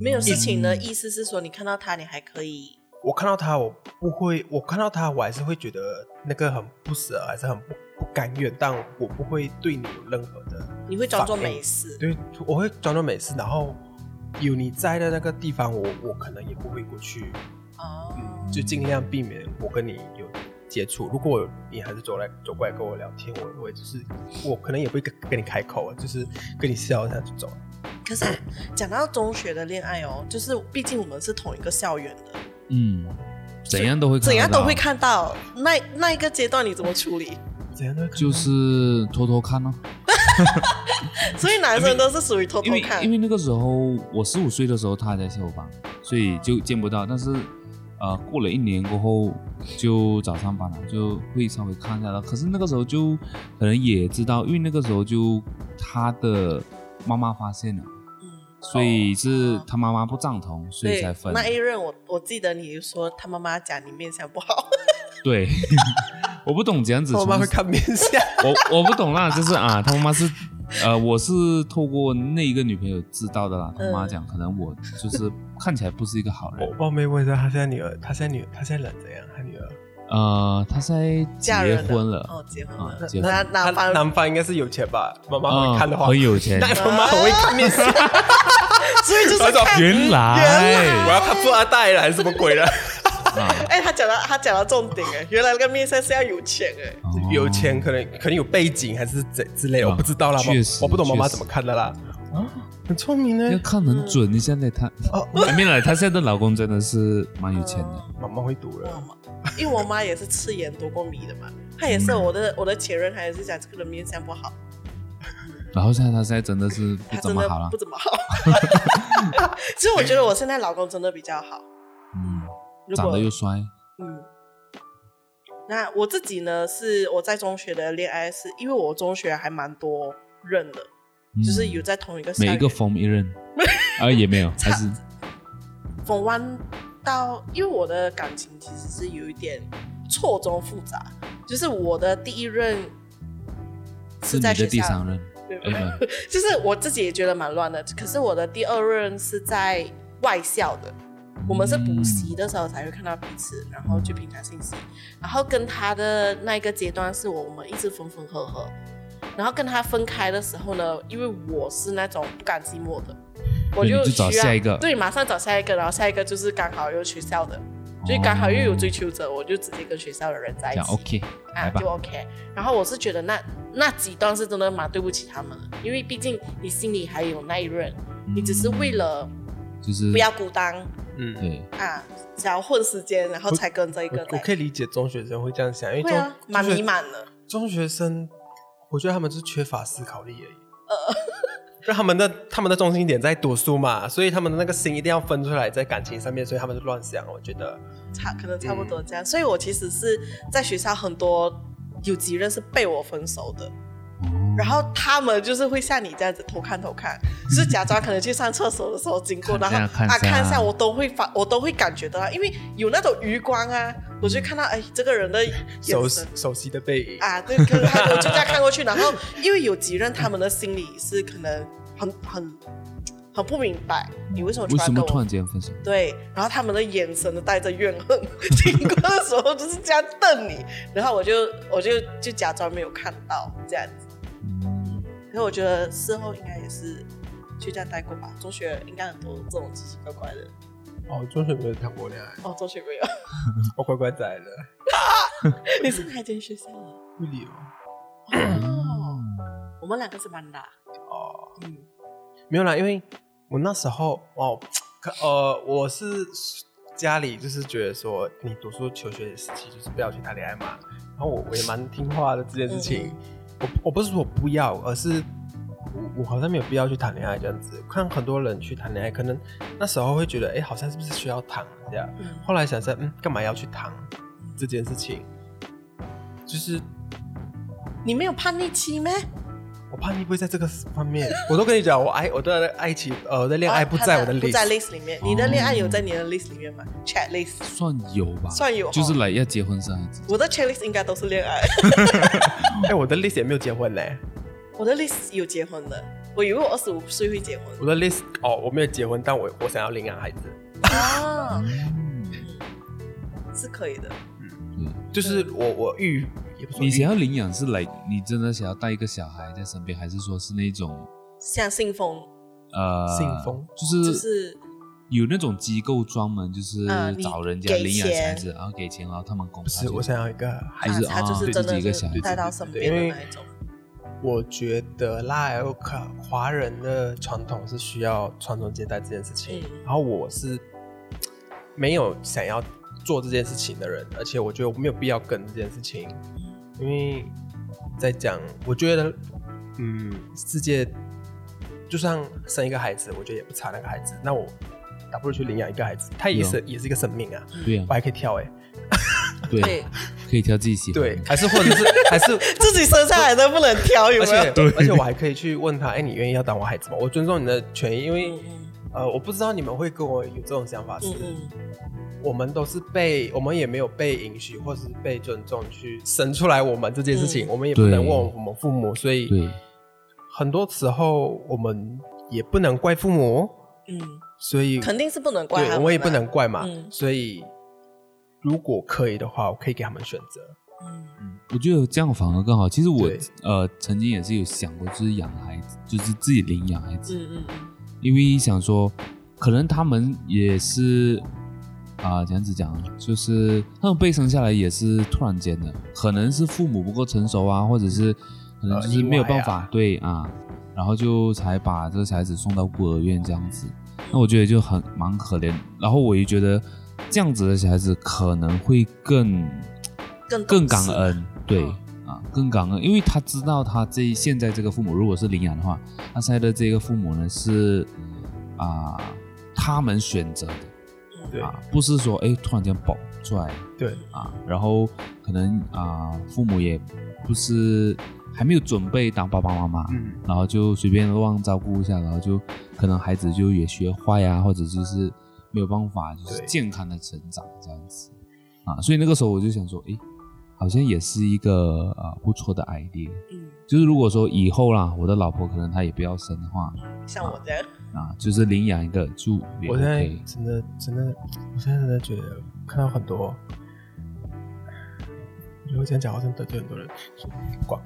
[SPEAKER 2] 没有事情的
[SPEAKER 1] 嗯
[SPEAKER 2] 意思是说，你看到他，你还可以
[SPEAKER 3] 我看到他，我不会，我看到他，我还是会觉得那个很不舍，还是很不不甘愿，但我不会对你有任何的，
[SPEAKER 2] 你会装作
[SPEAKER 3] 反应
[SPEAKER 2] 没事。
[SPEAKER 3] 对，我会装作没事，然后有你在的那个地方，我我可能也不会过去，
[SPEAKER 2] 哦，
[SPEAKER 3] 嗯，就尽量避免我跟你有接触。如果你还是走来走过来跟我聊天，我我也就是我可能也不会跟跟你开口，就是跟你笑一下就走了。
[SPEAKER 2] 可是讲到中学的恋爱哦，就是毕竟我们是同一个校园的，
[SPEAKER 1] 嗯，怎样都会看
[SPEAKER 2] 怎样
[SPEAKER 1] 得
[SPEAKER 2] 都
[SPEAKER 1] 到
[SPEAKER 2] 会，看到。那那一个阶段你怎么处理？
[SPEAKER 3] 怎样都会看到
[SPEAKER 1] 就是偷偷看哦。
[SPEAKER 2] 所以男生都是属于偷偷
[SPEAKER 1] 因为
[SPEAKER 2] 看
[SPEAKER 1] 因，为那个时候我十五岁的时候他还在校方，所以就见不到。但是呃，过了一年过后就找上班了，就会稍微看一下了。可是那个时候就可能也知道，因为那个时候就他的妈妈发现了，
[SPEAKER 2] 嗯，
[SPEAKER 1] 所以是他妈妈不赞同，所以才分。
[SPEAKER 2] 那一任我我记得你说他妈妈讲你面相不好，
[SPEAKER 1] 对， 我不懂这样子
[SPEAKER 3] 我
[SPEAKER 1] 从，
[SPEAKER 3] 妈会看面相，
[SPEAKER 1] 我我不懂啦，就是啊，他妈妈是。呃，我是透过那一个女朋友知道的啦。他妈
[SPEAKER 2] 嗯
[SPEAKER 1] 讲，可能我就是看起来不是一个好人
[SPEAKER 3] 我。冒昧问一下，她现在女儿，她现在女，她现在人怎样？她女儿？
[SPEAKER 1] 呃，他现
[SPEAKER 2] 嫁
[SPEAKER 1] 在结
[SPEAKER 2] 人
[SPEAKER 1] 婚了，
[SPEAKER 2] 哦，结婚
[SPEAKER 1] 啊
[SPEAKER 2] 了，，
[SPEAKER 1] 结婚
[SPEAKER 2] 那
[SPEAKER 1] 了，
[SPEAKER 2] 那
[SPEAKER 3] 他
[SPEAKER 2] 方
[SPEAKER 3] 男方应该是有钱吧？妈妈会看的话，
[SPEAKER 1] 嗯很有钱
[SPEAKER 3] 那他妈很会看面相，
[SPEAKER 2] 所以就是
[SPEAKER 3] 那种
[SPEAKER 2] 看
[SPEAKER 1] 原来 啊
[SPEAKER 2] 原来
[SPEAKER 1] 哎
[SPEAKER 3] 我要看富二代了还是什么鬼了？
[SPEAKER 2] 哎、他讲到他讲到重点哎，原来那个面试是要有钱哎。
[SPEAKER 1] 哦
[SPEAKER 3] 有钱可能可能有背景还是怎之类的，
[SPEAKER 1] 啊
[SPEAKER 3] 我不知道啦，
[SPEAKER 1] 确
[SPEAKER 3] 我
[SPEAKER 1] 实
[SPEAKER 3] 我不懂妈妈
[SPEAKER 1] 确实
[SPEAKER 3] 怎么看的啦。啊，很聪明
[SPEAKER 1] 要
[SPEAKER 3] 呢，
[SPEAKER 1] 看很准。你现在她，
[SPEAKER 3] 哦
[SPEAKER 1] 哦，没有啦，她现在的老公真的是蛮有钱
[SPEAKER 2] 哦
[SPEAKER 1] 的。
[SPEAKER 3] 妈妈会读人。
[SPEAKER 2] 因为我妈也是吃盐多过米的嘛，她也
[SPEAKER 1] 嗯
[SPEAKER 2] 是我的我的前任，她也是讲这个人面相不好，
[SPEAKER 1] 然后现在她现在真的是不
[SPEAKER 2] 她
[SPEAKER 1] 怎
[SPEAKER 2] 真
[SPEAKER 1] 么
[SPEAKER 2] 的
[SPEAKER 1] 好了
[SPEAKER 2] 不。怎 么好。其实我觉得我现在老公真的比较好，
[SPEAKER 1] 嗯，
[SPEAKER 2] 如
[SPEAKER 1] 长
[SPEAKER 2] 果
[SPEAKER 1] 得又帅，
[SPEAKER 2] 嗯，那我自己呢，是我在中学的恋爱是，因为我中学还蛮多任的，
[SPEAKER 1] 嗯
[SPEAKER 2] 就是有在同一个校
[SPEAKER 1] 每
[SPEAKER 2] 园
[SPEAKER 1] 一个 form 一 任，啊也没有，还是
[SPEAKER 2] from one 到，因为我的感情其实是有一点错综复杂，就是我的第一任
[SPEAKER 1] 是
[SPEAKER 2] 是
[SPEAKER 1] 你
[SPEAKER 2] 在
[SPEAKER 1] 的
[SPEAKER 2] 学
[SPEAKER 1] 第
[SPEAKER 2] 校
[SPEAKER 1] 三任，
[SPEAKER 2] 对吧
[SPEAKER 1] 哎没有，
[SPEAKER 2] 就是我自己也觉得蛮乱的。可是我的第二任是在外校的， 我们是补习的时候才会看到彼此，然后去平常信息。然后跟他的那一个阶段是我们一直分分合合，然后跟他分开的时候呢，因为我是那种不甘寂寞的，我
[SPEAKER 1] 嗯对你就
[SPEAKER 2] 需
[SPEAKER 1] 找
[SPEAKER 2] 要
[SPEAKER 1] 下一个
[SPEAKER 2] 对，马上找下一个，然后下一个就是刚好又学校的，所以刚好又有追求者，我就直接跟学校的人在一
[SPEAKER 1] 嗯哦这样
[SPEAKER 2] 起。
[SPEAKER 1] OK，来
[SPEAKER 2] 啊，
[SPEAKER 1] 吧
[SPEAKER 2] 就，OK。然后我是觉得那那几段是真的蛮对不起他们的，因为毕竟你心里还有那一任，你只是为了
[SPEAKER 1] 就是
[SPEAKER 2] 不要孤单
[SPEAKER 3] 嗯，
[SPEAKER 1] 对，
[SPEAKER 2] 啊，想要混时间，然后才跟这一
[SPEAKER 3] 我
[SPEAKER 2] 个
[SPEAKER 3] 我
[SPEAKER 2] 在。
[SPEAKER 3] 可以理解中学生会这样想，因为
[SPEAKER 2] 会
[SPEAKER 3] 中
[SPEAKER 2] 啊，蛮
[SPEAKER 3] 中
[SPEAKER 2] 迷
[SPEAKER 3] 学
[SPEAKER 2] 茫的。
[SPEAKER 3] 中学生，我觉得他们是缺乏思考力而已。
[SPEAKER 2] 呃
[SPEAKER 3] 让他们的他们的中心点在读书嘛，所以他们的那个心一定要分出来在感情上面，所以他们就乱想。我觉得，
[SPEAKER 2] 差可能差不
[SPEAKER 1] 嗯
[SPEAKER 2] 多这样。所以我其实是在学校很多有几任是被我分手的，
[SPEAKER 1] 哦
[SPEAKER 2] 然后他们就是会像你这样子偷看偷看，就是假装可能去上厕所的时候经过，
[SPEAKER 1] 看
[SPEAKER 2] 然
[SPEAKER 1] 一
[SPEAKER 2] 后
[SPEAKER 1] 下看一下
[SPEAKER 2] 啊看一下，我都会发，我都会感觉到啊，因为有那种余光啊，我就看到哎这个人的
[SPEAKER 3] 熟
[SPEAKER 2] 眼神。
[SPEAKER 3] 熟悉的背影，
[SPEAKER 2] 啊，对，可能他我就这样看过去，然后因为有几任他们的心里是可能很很很不明白，你为什么
[SPEAKER 1] 为
[SPEAKER 2] 突然
[SPEAKER 1] 什
[SPEAKER 2] 跟
[SPEAKER 1] 么
[SPEAKER 2] 我
[SPEAKER 1] 突然间分手？
[SPEAKER 2] 对，然后他们的眼神都带着怨恨，经过的时候就是这样瞪你，然后我就我就就假装没有看到这样子。
[SPEAKER 1] 嗯
[SPEAKER 2] 可是我觉得事后应该也是就这样待过吧，中学应该很多这种奇奇怪怪的。
[SPEAKER 3] 哦，中学没有谈过恋爱，
[SPEAKER 2] 哦，中学没有，
[SPEAKER 3] 我乖乖仔了，
[SPEAKER 2] 你是哪一间学校的？
[SPEAKER 3] 不理哦。
[SPEAKER 2] 哦，
[SPEAKER 1] 嗯
[SPEAKER 2] 我们两个是蛮大。
[SPEAKER 3] 哦，
[SPEAKER 2] 嗯
[SPEAKER 3] 没有啦，因为我那时候哦，可呃，我是家里就是觉得说，你读书求学时期就是不要去谈恋爱嘛。然后我我也蛮听话的这件事
[SPEAKER 2] 嗯
[SPEAKER 3] 情，我我不是说我不要，而是我我好像没有必要去谈恋爱这样子。看很多人去谈恋爱，可能那时候会觉得，哎，好像是不是需要谈这样？
[SPEAKER 2] 嗯
[SPEAKER 3] 后来想想，嗯，干嘛要去谈这件事情？就是
[SPEAKER 2] 你没有叛逆期咩？
[SPEAKER 3] 我怕你不会在这个 方面，我都跟你讲，我爱我对爱情，呃，我的恋爱
[SPEAKER 2] 哦
[SPEAKER 3] 不
[SPEAKER 2] 他
[SPEAKER 3] 在我的
[SPEAKER 2] 不
[SPEAKER 3] list，、
[SPEAKER 2] 在 list 里面。你的恋爱有在你的 list 里面吗？Chat list
[SPEAKER 1] 算有吧，
[SPEAKER 2] 算有哦，
[SPEAKER 1] 就是来要结婚生孩子，
[SPEAKER 2] 我的 chat list 应该都是恋爱。
[SPEAKER 3] 哎、我的 list 也没有结婚嘞，
[SPEAKER 2] 我的 list 有结婚的，我以为我二十五岁会结婚
[SPEAKER 3] 我的 list 哦，我没有结婚，但我我想要领养孩子，
[SPEAKER 2] 啊，
[SPEAKER 1] 嗯
[SPEAKER 2] 是可以的。
[SPEAKER 1] 对。
[SPEAKER 3] 就是我我预也不说
[SPEAKER 1] 你
[SPEAKER 3] 预
[SPEAKER 1] 想要领养是来，你真的想要带一个小孩在身边，还是说是那种
[SPEAKER 2] 像信封，
[SPEAKER 1] 呃
[SPEAKER 3] 信封
[SPEAKER 1] 就是
[SPEAKER 2] 就是
[SPEAKER 1] 有那种机构专门就是
[SPEAKER 2] 啊你
[SPEAKER 1] 找人家
[SPEAKER 2] 给
[SPEAKER 1] 领养小孩
[SPEAKER 2] 钱
[SPEAKER 1] 子，然后给钱，然后他们供
[SPEAKER 3] 不是我想要一个孩
[SPEAKER 1] 就
[SPEAKER 3] 子，
[SPEAKER 1] 是
[SPEAKER 2] 他
[SPEAKER 1] 啊
[SPEAKER 2] 就是
[SPEAKER 1] 对
[SPEAKER 2] 真
[SPEAKER 1] 自己一个
[SPEAKER 2] 的
[SPEAKER 1] 小
[SPEAKER 2] 是
[SPEAKER 1] 孩子
[SPEAKER 2] 带到身
[SPEAKER 3] 对因
[SPEAKER 2] 边
[SPEAKER 3] 为
[SPEAKER 2] 的那一种。
[SPEAKER 3] 我觉得啦，有可华人的传统是需要传宗接代这件事情，
[SPEAKER 2] 嗯
[SPEAKER 3] 然后我是没有想要做这件事情的人，而且我觉得我没有必要跟这件事情，因为在讲，我觉得，嗯，世界嗯就算生一个孩子，我觉得也不差那个孩子，那我倒不如去领养一个孩子，他也是、也是一个生命啊，
[SPEAKER 1] 对呀
[SPEAKER 3] 我、还可以跳哎、
[SPEAKER 1] 对
[SPEAKER 2] 对
[SPEAKER 1] 啊，，可以挑自己喜欢的。
[SPEAKER 3] 对，还是或者是还是
[SPEAKER 2] 自己生下来都不能挑，有
[SPEAKER 3] 而
[SPEAKER 2] 没有？
[SPEAKER 3] 且而且我还可以去问他，哎、你愿意要当我孩子吗？我尊重你的权益，因为
[SPEAKER 2] 嗯嗯
[SPEAKER 3] 呃，我不知道你们会跟我有这种想法是，
[SPEAKER 2] 嗯嗯，
[SPEAKER 3] 我们都是被我们也没有被允许或是被尊重去生出来我们这件事情，
[SPEAKER 2] 嗯
[SPEAKER 3] 我们也不能
[SPEAKER 1] 对
[SPEAKER 3] 问我们父母，所以
[SPEAKER 1] 对，
[SPEAKER 3] 很多时候我们也不能怪父母，哦
[SPEAKER 2] 嗯，
[SPEAKER 3] 所以
[SPEAKER 2] 肯定是不能怪他
[SPEAKER 3] 对，
[SPEAKER 2] 们
[SPEAKER 3] 我们也不
[SPEAKER 2] 啊
[SPEAKER 3] 能怪嘛，
[SPEAKER 2] 嗯
[SPEAKER 3] 所以。如果可以的话，我可以给他们选择。
[SPEAKER 2] 嗯
[SPEAKER 1] 我觉得这样反而更好。其实我
[SPEAKER 3] 对
[SPEAKER 1] 呃曾经也是有想过，就是养孩子，就是自己领养孩子，
[SPEAKER 2] 嗯嗯嗯
[SPEAKER 1] 因为想说，可能他们也是啊、这样子讲，就是呃他们被生下来也是突然间的，可能是父母不够成熟啊，或者是可能就是没有办法、对啊，然后就才把这个小孩子送到孤儿院这样子。那我觉得就很蛮可怜，然后我也觉得这样子的小孩子可能会更
[SPEAKER 2] 更
[SPEAKER 1] 更
[SPEAKER 2] 更
[SPEAKER 1] 感恩，对
[SPEAKER 2] 嗯
[SPEAKER 1] 啊，更感恩，因为他知道他这现在这个父母如果是领养的话，他现在的这个父母呢是啊、他们选择的
[SPEAKER 3] 对
[SPEAKER 1] 啊，不是说哎突然间蹦出来
[SPEAKER 3] 对，
[SPEAKER 1] 啊，然后可能啊、父母也不是还没有准备当爸爸妈妈，
[SPEAKER 3] 嗯，
[SPEAKER 1] 然后就随便乱照顾一下，然后就可能孩子就也学坏呀、或者就是没有办法就是
[SPEAKER 3] 对
[SPEAKER 1] 健康的成长这样子啊，所以那个时候我就想说，诶，好像也是一个呃不错的 idea，
[SPEAKER 2] 嗯，
[SPEAKER 1] 就是如果说以后啦，我的老婆可能她也不要生的话
[SPEAKER 2] 嗯像我这样，
[SPEAKER 1] 啊，就是领养一个就也
[SPEAKER 3] 我现在
[SPEAKER 1] OK，
[SPEAKER 3] 真的真的，我现在真的觉得看到很多，我觉得我今天讲好像得罪很多人，管，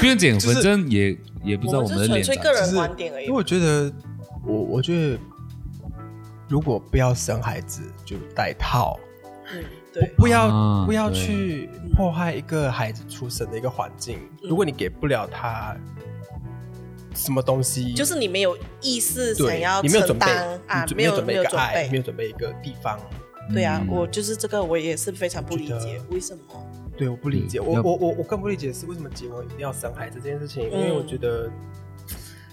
[SPEAKER 1] 不用紧，
[SPEAKER 3] 就是
[SPEAKER 1] 反正也也不知道们
[SPEAKER 2] 们是
[SPEAKER 1] 的
[SPEAKER 2] 纯
[SPEAKER 1] 脸
[SPEAKER 2] 粹
[SPEAKER 1] 长
[SPEAKER 2] 个
[SPEAKER 1] 怎
[SPEAKER 2] 人
[SPEAKER 1] 样
[SPEAKER 2] 观点而已
[SPEAKER 3] 因为。我觉得我我觉得如果不要生孩子就戴套，
[SPEAKER 2] 嗯，
[SPEAKER 3] 不
[SPEAKER 2] 对，嗯
[SPEAKER 3] 不要、
[SPEAKER 1] 啊
[SPEAKER 3] 不要
[SPEAKER 1] 对
[SPEAKER 3] 去破坏一个孩子出生的一个环境。如果你给不了他什么东西，
[SPEAKER 2] 就是你没有意识想
[SPEAKER 3] 对
[SPEAKER 2] 要
[SPEAKER 3] 你没有
[SPEAKER 2] 承
[SPEAKER 3] 准备
[SPEAKER 2] 担啊，
[SPEAKER 3] 你
[SPEAKER 2] 没
[SPEAKER 3] 没
[SPEAKER 2] 有
[SPEAKER 3] 准备一
[SPEAKER 2] 有
[SPEAKER 3] 个
[SPEAKER 2] 准
[SPEAKER 3] 爱，没
[SPEAKER 2] 备
[SPEAKER 3] 有。准备一个地方。
[SPEAKER 2] 对啊，
[SPEAKER 1] 嗯
[SPEAKER 2] 我就是这个，我也是非常不理
[SPEAKER 3] 觉得
[SPEAKER 2] 解为什么。
[SPEAKER 3] 对，我不理解，
[SPEAKER 1] 对嗯
[SPEAKER 3] 我
[SPEAKER 1] 要
[SPEAKER 3] 我我我更不理解是为什么结婚一定要生孩子这件事情，因为
[SPEAKER 2] 嗯
[SPEAKER 3] 我觉得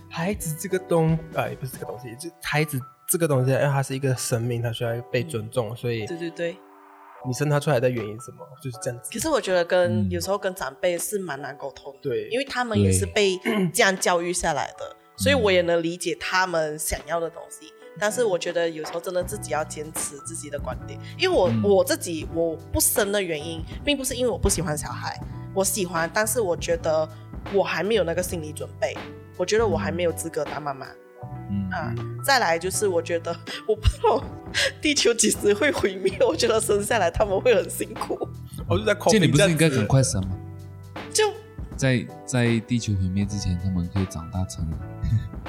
[SPEAKER 3] 孩子这个东啊、也不是这个东西，就孩子这个东西，因为它是一个生命，它需要被尊重，所以
[SPEAKER 2] 对对对，
[SPEAKER 3] 你生他出来的原因是什么，就是这样子
[SPEAKER 2] 可。是我觉得跟、
[SPEAKER 1] 嗯
[SPEAKER 2] 有时候跟长辈是蛮难沟通的，
[SPEAKER 3] 对，
[SPEAKER 2] 因为他们也是被这样教育下来
[SPEAKER 1] 嗯
[SPEAKER 2] 的，所以我也能理解他们想要的东西。但是我觉得有时候真的自己要坚持自己的观点，因为我、
[SPEAKER 1] 嗯
[SPEAKER 2] 我自己我不生的原因，并不是因为我不喜欢小孩，我喜欢，但是我觉得我还没有那个心理准备，我觉得我还没有资格当妈妈。
[SPEAKER 1] 嗯
[SPEAKER 2] 啊，再来就是我觉得我不知道地球几时会毁灭，我觉得生下来他们会很辛苦，
[SPEAKER 3] 我就在恐
[SPEAKER 1] 这样你
[SPEAKER 3] 你
[SPEAKER 1] 不是应该很快生吗？
[SPEAKER 2] 就
[SPEAKER 1] 在在地球毁灭之前，他们可以长大成人。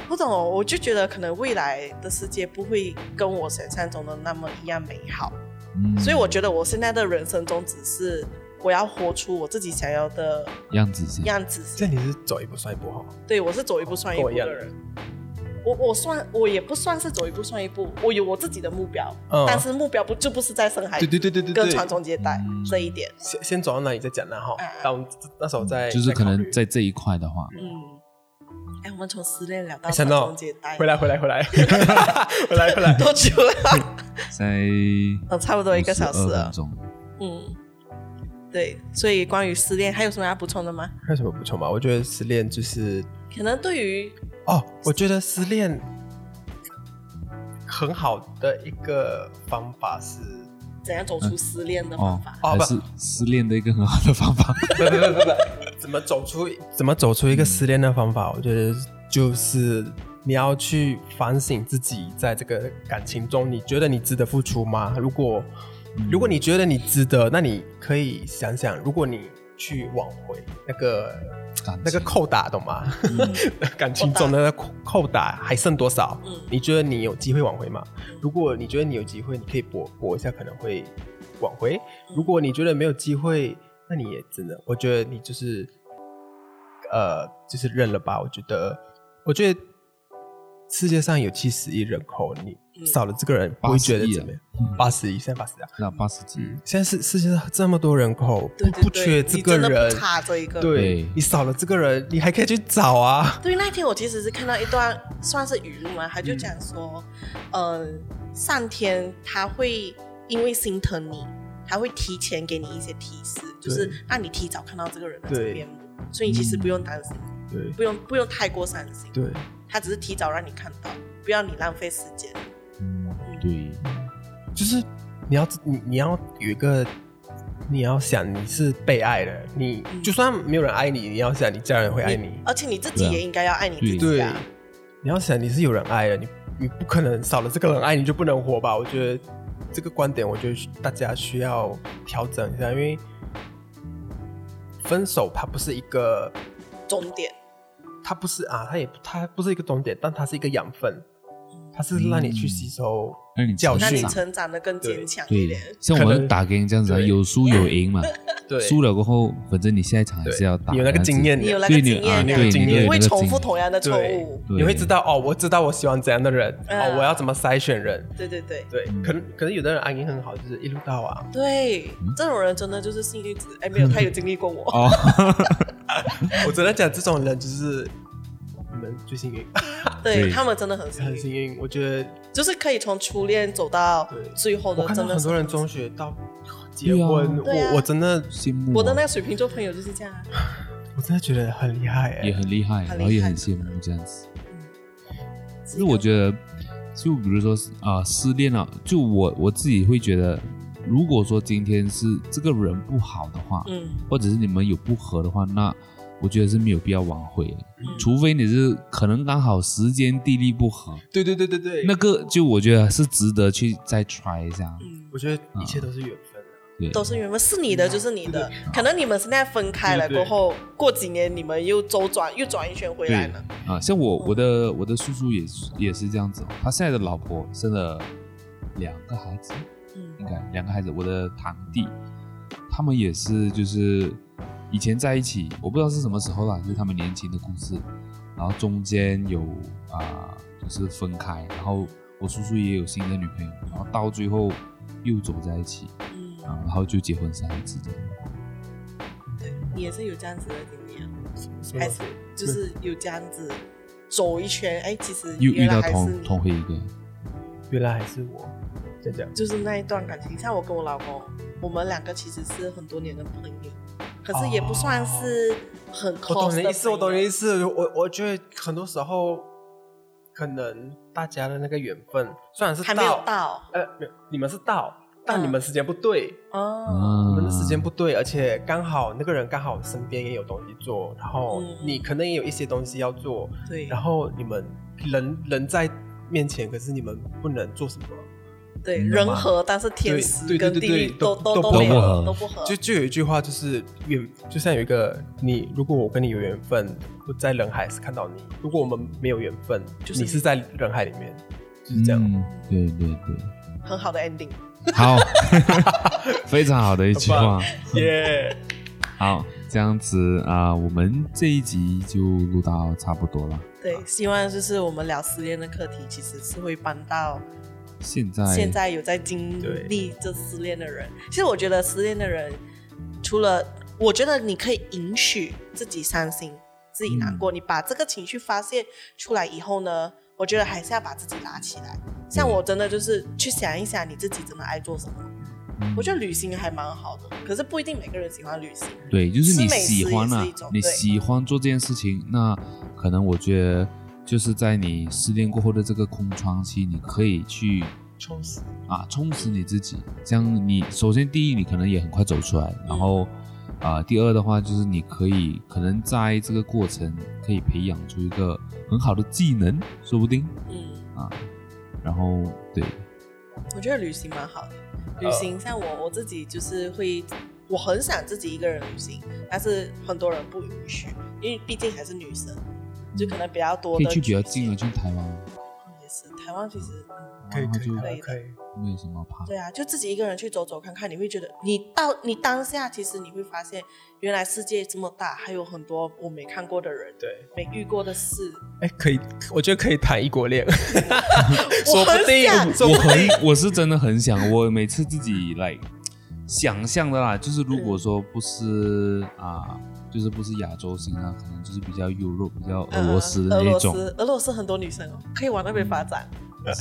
[SPEAKER 2] 不懂哦，我就觉得可能未来的世界不会跟我想象中的那么一样美好，
[SPEAKER 1] 嗯，
[SPEAKER 2] 所以我觉得我现在的人生中只是我要活出我自己想要的
[SPEAKER 1] 嗯样子先
[SPEAKER 2] 样子
[SPEAKER 3] 这。你是走一步算一步哈。
[SPEAKER 2] 对我是走一步算一步的人，我我算我也不算是走一步算一步，我有我自己的目标，
[SPEAKER 3] 嗯
[SPEAKER 2] 但是目标不就不是在生孩
[SPEAKER 3] 对
[SPEAKER 2] 子，
[SPEAKER 3] 对对对对对，
[SPEAKER 2] 跟哎传宗接代
[SPEAKER 1] 嗯
[SPEAKER 2] 这一点，
[SPEAKER 3] 先先走到哪里再讲啦哈
[SPEAKER 2] 嗯。
[SPEAKER 3] 到那时候再
[SPEAKER 1] 就是可能在
[SPEAKER 3] 再
[SPEAKER 1] 这一块的话，
[SPEAKER 2] 嗯。哎，我们从失恋聊到
[SPEAKER 3] 哎想
[SPEAKER 2] 传
[SPEAKER 3] 到
[SPEAKER 2] 宗接代，
[SPEAKER 3] 考虑回来回来回 来回来回来。
[SPEAKER 2] 多久了？
[SPEAKER 1] 在
[SPEAKER 2] 嗯，差不多一个小时
[SPEAKER 1] 52
[SPEAKER 2] 了
[SPEAKER 1] 分。钟。
[SPEAKER 2] 嗯，对，所以关于失恋还有什么要补充的吗？
[SPEAKER 3] 还有什么补充吗？我觉得失恋就是
[SPEAKER 2] 可能对于
[SPEAKER 3] 哦，我觉得失恋很好的一个方法是，
[SPEAKER 2] 怎样走出失恋的方法，
[SPEAKER 3] 哦
[SPEAKER 1] 还
[SPEAKER 3] 不
[SPEAKER 1] 是失恋的一个很好的方法。
[SPEAKER 3] 不不不不不，怎么走出怎么走出一个失恋的方法？我觉得就是你要去反省自己在这个感情中，你觉得你值得付出吗？如果如果你觉得你值得，那你可以想想，如果你去挽回那个
[SPEAKER 1] 感情
[SPEAKER 3] 那个扣打，懂 吗？感情
[SPEAKER 2] 扣打
[SPEAKER 3] 中的那个扣扣打还剩多少？
[SPEAKER 2] 嗯
[SPEAKER 3] 你觉得你有机会挽回吗？如果你觉得你有机会，你可以搏搏一下，可能会挽回。如果你觉得没有机会，那你也真的，我觉得你就是，呃，就是认了吧。我觉得，我觉得世界上有七十亿人口，你
[SPEAKER 2] 嗯
[SPEAKER 3] 少了这个人，不会觉得
[SPEAKER 1] 80亿
[SPEAKER 3] 怎么样
[SPEAKER 1] 嗯。
[SPEAKER 3] 八十亿，现在八十啊，
[SPEAKER 1] 那八十几，
[SPEAKER 3] 现在世世界上这么多人口，
[SPEAKER 2] 对
[SPEAKER 3] 啊不不
[SPEAKER 2] 对对，
[SPEAKER 3] 缺这
[SPEAKER 2] 你
[SPEAKER 3] 个
[SPEAKER 2] 真的
[SPEAKER 3] 人
[SPEAKER 2] 不，差这一个。
[SPEAKER 3] 对
[SPEAKER 1] 对
[SPEAKER 3] 你少了这个人，你还可以去找啊。
[SPEAKER 2] 对，那天我其实是看到一段算是语录嘛，他就讲说，呃，上天他会因为心疼你，他会提前给你一些提示，就是让你提早看到这个人的真
[SPEAKER 3] 对
[SPEAKER 2] 面目，所以你其实不用担心，
[SPEAKER 3] 对
[SPEAKER 2] 不用不用太过伤心，
[SPEAKER 3] 对，
[SPEAKER 2] 他只是提早让你看到，不要你浪费时间。
[SPEAKER 1] 嗯，对，
[SPEAKER 3] 就是你要你你要有一个，你要想你是被爱的，你
[SPEAKER 2] 嗯
[SPEAKER 3] 就算没有人爱你，你要想你家人会爱你，
[SPEAKER 2] 而且你自己
[SPEAKER 1] 对啊
[SPEAKER 2] 也应该要爱你自己
[SPEAKER 3] 对
[SPEAKER 2] 啊。，
[SPEAKER 3] 你要想你是有人爱的，你你不可能少了这个人爱你就不能活吧？我觉得这个观点，我觉得大家需要调整一下，因为分手它不是一个，
[SPEAKER 2] 终点。
[SPEAKER 3] 它不是啊，它也它不是一个终点，但它是一个养分，它是让你去吸收
[SPEAKER 1] 那你
[SPEAKER 3] 教
[SPEAKER 1] 成
[SPEAKER 2] 那
[SPEAKER 3] 训
[SPEAKER 2] 你
[SPEAKER 1] 长
[SPEAKER 2] 成长的更坚强一
[SPEAKER 1] 对
[SPEAKER 2] 点。，
[SPEAKER 1] 像我们打 game 这样子啊，
[SPEAKER 3] 对
[SPEAKER 1] 有输有赢嘛，
[SPEAKER 3] 对，
[SPEAKER 1] 输了过后，反正你下一场还
[SPEAKER 3] 对
[SPEAKER 1] 是要打，
[SPEAKER 3] 你有那个经，验，
[SPEAKER 2] 你有
[SPEAKER 1] 所
[SPEAKER 2] 那个
[SPEAKER 1] 以你
[SPEAKER 2] 经
[SPEAKER 1] 啊，
[SPEAKER 2] 验
[SPEAKER 3] 你
[SPEAKER 2] 的，
[SPEAKER 3] 有
[SPEAKER 1] 对，
[SPEAKER 3] 经
[SPEAKER 1] 你都有
[SPEAKER 3] 验
[SPEAKER 2] 不会
[SPEAKER 1] 那个
[SPEAKER 2] 重
[SPEAKER 1] 经
[SPEAKER 2] 复
[SPEAKER 1] 验
[SPEAKER 2] 同样的错
[SPEAKER 3] 对
[SPEAKER 2] 误。
[SPEAKER 1] 对
[SPEAKER 3] 你会知道哦，我知道我喜欢怎样的人，
[SPEAKER 2] 嗯
[SPEAKER 3] 哦，我要怎么筛选人。
[SPEAKER 2] 对对对
[SPEAKER 3] 对，可能可能有的人安逸很好，就是一路到啊，
[SPEAKER 2] 对，这种人真的就是幸运子。哎，没有，他有经历过我。
[SPEAKER 1] 哦，
[SPEAKER 3] 我只能讲这种人就是你们最幸运，
[SPEAKER 2] 对
[SPEAKER 1] 对
[SPEAKER 2] 他们真的很幸
[SPEAKER 3] 很
[SPEAKER 2] 运，
[SPEAKER 3] 幸运。我觉得
[SPEAKER 2] 就是可以从初恋走到
[SPEAKER 3] 对
[SPEAKER 2] 最后的
[SPEAKER 3] 我，看到
[SPEAKER 2] 真的
[SPEAKER 3] 很
[SPEAKER 2] 是
[SPEAKER 3] 多人中学到结婚，
[SPEAKER 2] 对啊
[SPEAKER 3] 我我真的
[SPEAKER 1] 羡慕
[SPEAKER 2] 我的
[SPEAKER 1] 哦
[SPEAKER 2] 那个水瓶座朋友就是这样啊。
[SPEAKER 3] 我真的觉得很厉害哎、
[SPEAKER 1] 也很厉害，
[SPEAKER 2] 很厉害
[SPEAKER 1] 然后也很羡慕这样子。
[SPEAKER 2] 其
[SPEAKER 1] 其实我觉得，就比如说啊、失恋了，就我我自己会觉得，如果说今天是这个人不好的话，
[SPEAKER 2] 嗯，
[SPEAKER 1] 或者是你们有不合的话，那我觉得是没有必要挽回的，
[SPEAKER 2] 嗯
[SPEAKER 1] 除非你是可能刚好时间地利不合，
[SPEAKER 3] 对对对对对，
[SPEAKER 1] 那个就我觉得是值得去再 try 一下。
[SPEAKER 2] 嗯，
[SPEAKER 3] 我觉得一切都是缘分、啊。
[SPEAKER 1] 对，
[SPEAKER 2] 都是缘分，是你的就是你的。可能你们现在分开了
[SPEAKER 3] 对
[SPEAKER 2] 过
[SPEAKER 3] 对对
[SPEAKER 2] 后，过几年你们又周转又转一圈回来了。
[SPEAKER 1] 啊，像我我的我的叔叔也是也是这样子哦，他现在的老婆生了两个孩子，
[SPEAKER 2] 嗯
[SPEAKER 1] 应该两个孩子，我的堂弟，他们也是就是以前在一起，我不知道是什么时候啦，就是他们年轻的故事，然后中间有啊、就是分开，然后我叔叔也有新的女朋友，然后到最后又走在一起啊
[SPEAKER 2] 嗯，，
[SPEAKER 1] 然后就结婚生孩子的，
[SPEAKER 2] 对你也是有这样子的经验啊。
[SPEAKER 3] 什么
[SPEAKER 2] 还
[SPEAKER 3] 东
[SPEAKER 2] 是
[SPEAKER 3] 西
[SPEAKER 2] 就是有这样子走一圈，哎，其实
[SPEAKER 1] 又遇
[SPEAKER 2] 原来
[SPEAKER 1] 到
[SPEAKER 2] 还是
[SPEAKER 1] 同同回一个，
[SPEAKER 3] 原来还是我这样讲，
[SPEAKER 2] 就是那一段感情。像我跟我老公，我们两个其实是很多年的朋友，可是也不算是很 close
[SPEAKER 3] 哦我懂你
[SPEAKER 2] 的
[SPEAKER 3] 的意思，我懂
[SPEAKER 2] 朋
[SPEAKER 3] 你的
[SPEAKER 2] 友
[SPEAKER 3] 意思。我我觉得很多时候，可能大家的那个缘分虽然是
[SPEAKER 2] 还没有到
[SPEAKER 3] 呃，没有你们是到，但
[SPEAKER 2] 嗯
[SPEAKER 3] 你们时间不对，
[SPEAKER 2] 哦，
[SPEAKER 1] 嗯，
[SPEAKER 3] 你们的时间不对，而且刚好那个人刚好身边也有东西做，然后
[SPEAKER 2] 嗯
[SPEAKER 3] 你可能也有一些东西要做，
[SPEAKER 1] 啊
[SPEAKER 2] 对
[SPEAKER 3] 然后你们人人在面前，可是你们不能做什么，
[SPEAKER 2] 对
[SPEAKER 1] 你懂
[SPEAKER 2] 人
[SPEAKER 1] 吗
[SPEAKER 2] 和，但是天时
[SPEAKER 3] 对对
[SPEAKER 2] 跟
[SPEAKER 3] 对
[SPEAKER 2] 地
[SPEAKER 3] 对
[SPEAKER 2] 利
[SPEAKER 3] 对
[SPEAKER 2] 都
[SPEAKER 3] 都
[SPEAKER 2] 都
[SPEAKER 3] 都
[SPEAKER 2] 没
[SPEAKER 1] 不
[SPEAKER 2] 有
[SPEAKER 1] 合
[SPEAKER 2] 都不合，
[SPEAKER 3] 就就有一句话就是缘，就像有一个你，如果我跟你有缘分，我在人海是看到你；如果我们没有缘分，
[SPEAKER 2] 就是
[SPEAKER 3] 你
[SPEAKER 2] 你
[SPEAKER 3] 是在人海里面，就是这样。
[SPEAKER 1] 嗯，对对对，
[SPEAKER 2] 很好的 ending。
[SPEAKER 1] 好， 非常好的一句
[SPEAKER 3] 很棒
[SPEAKER 1] 话。
[SPEAKER 3] 耶、
[SPEAKER 1] 好，这样子啊、我们这一集就录到差不多了。
[SPEAKER 2] 对，希望就是我们聊失恋的课题，其实是会搬到
[SPEAKER 1] 现在，
[SPEAKER 2] 现在有在经历这失恋的人，其实我觉得失恋的人，除了我觉得你可以允许自己伤心、自己难过，你把这个情绪发泄出来以后呢，我觉得还是要把自己拉起来。像我真的就是去想一想你自己真的爱做什么，
[SPEAKER 1] 嗯
[SPEAKER 2] 我觉得旅行还蛮好的，可是不一定每个人喜欢旅行。
[SPEAKER 1] 对，就是你
[SPEAKER 2] 吃美食
[SPEAKER 1] 喜欢啊
[SPEAKER 2] 也是一种，
[SPEAKER 1] 你
[SPEAKER 2] 对
[SPEAKER 1] 喜欢做这件事情，那可能我觉得就是在你失恋过后的这个空窗期，你可以去
[SPEAKER 3] 充实。
[SPEAKER 1] 啊充实你自己。这样你首先第一，你可能也很快走出来，然
[SPEAKER 2] 嗯
[SPEAKER 1] 后啊、第二的话就是你可以可能在这个过程可以培养出一个很好的技能，说不定。
[SPEAKER 2] 嗯，
[SPEAKER 1] 然后对，
[SPEAKER 2] 我觉得旅行蛮好的。旅
[SPEAKER 1] 嗯
[SPEAKER 2] 行像我我自己就是会，我很想自己一个人旅行，但是很多人不允许，因为毕竟还是女生，就可能比较多
[SPEAKER 1] 可
[SPEAKER 2] 的
[SPEAKER 1] 以去比较
[SPEAKER 2] 局限
[SPEAKER 1] 近的，去台湾。啊
[SPEAKER 2] 也是台湾其实、嗯
[SPEAKER 3] 可以
[SPEAKER 1] 然后
[SPEAKER 3] 可
[SPEAKER 1] 就
[SPEAKER 3] 以可以，
[SPEAKER 1] 没有什么怕。
[SPEAKER 2] 对啊，就自己一个人去走走看看，你会觉得你到你当下，其实你会发现原来世界这么大，还有很多我没看过的人，
[SPEAKER 3] 对，
[SPEAKER 2] 没遇过的事。
[SPEAKER 3] 哎、可以，我觉得可以谈异国恋，
[SPEAKER 2] 我
[SPEAKER 3] 说不
[SPEAKER 2] 很
[SPEAKER 3] 定
[SPEAKER 2] 想，
[SPEAKER 3] 说
[SPEAKER 1] 我
[SPEAKER 3] 不
[SPEAKER 1] 很，我是真的很想，我每次自己来想象的啦，就是如
[SPEAKER 2] 嗯
[SPEAKER 1] 果说不是啊，就是不是亚洲型啊，可能就是比较优柔、比较俄罗斯
[SPEAKER 2] 呃
[SPEAKER 1] 的
[SPEAKER 2] 俄
[SPEAKER 1] 那
[SPEAKER 2] 罗
[SPEAKER 1] 种。嗯
[SPEAKER 2] 斯，俄罗斯很多女生哦，可以往那边发展，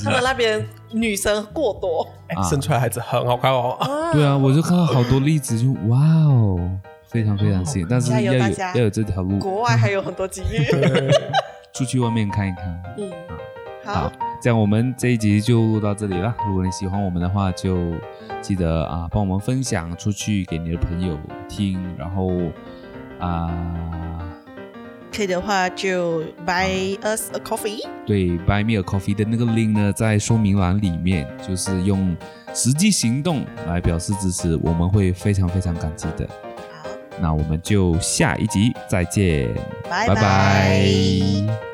[SPEAKER 2] 他们那边女生过多。
[SPEAKER 3] 哎
[SPEAKER 1] 啊
[SPEAKER 3] 生出来孩子很好看哦。
[SPEAKER 2] 啊
[SPEAKER 1] 对啊，我就看到好多例子，就哇哦，非常非常吸引，但是
[SPEAKER 2] 哦加
[SPEAKER 1] 要
[SPEAKER 2] 油
[SPEAKER 1] 有
[SPEAKER 2] 大家
[SPEAKER 1] 要有这条路，
[SPEAKER 2] 国外还有很多机遇。
[SPEAKER 1] 出去外面看一看。
[SPEAKER 2] 嗯，
[SPEAKER 1] 好
[SPEAKER 2] 好，，
[SPEAKER 1] 这样我们这一集就录到这里啦。如果你喜欢我们的话，就记得啊，帮我们分享出去给你的朋友听，然后啊，
[SPEAKER 2] 可以的话就 buy us a coffee。
[SPEAKER 1] 对 Buy Me a Coffee 的那个 link 呢，在说明栏里面，就是用实际行动来表示支持，我们会非常非常感激的。
[SPEAKER 2] 好，
[SPEAKER 1] 那我们就下一集再见，
[SPEAKER 2] 拜
[SPEAKER 1] 拜拜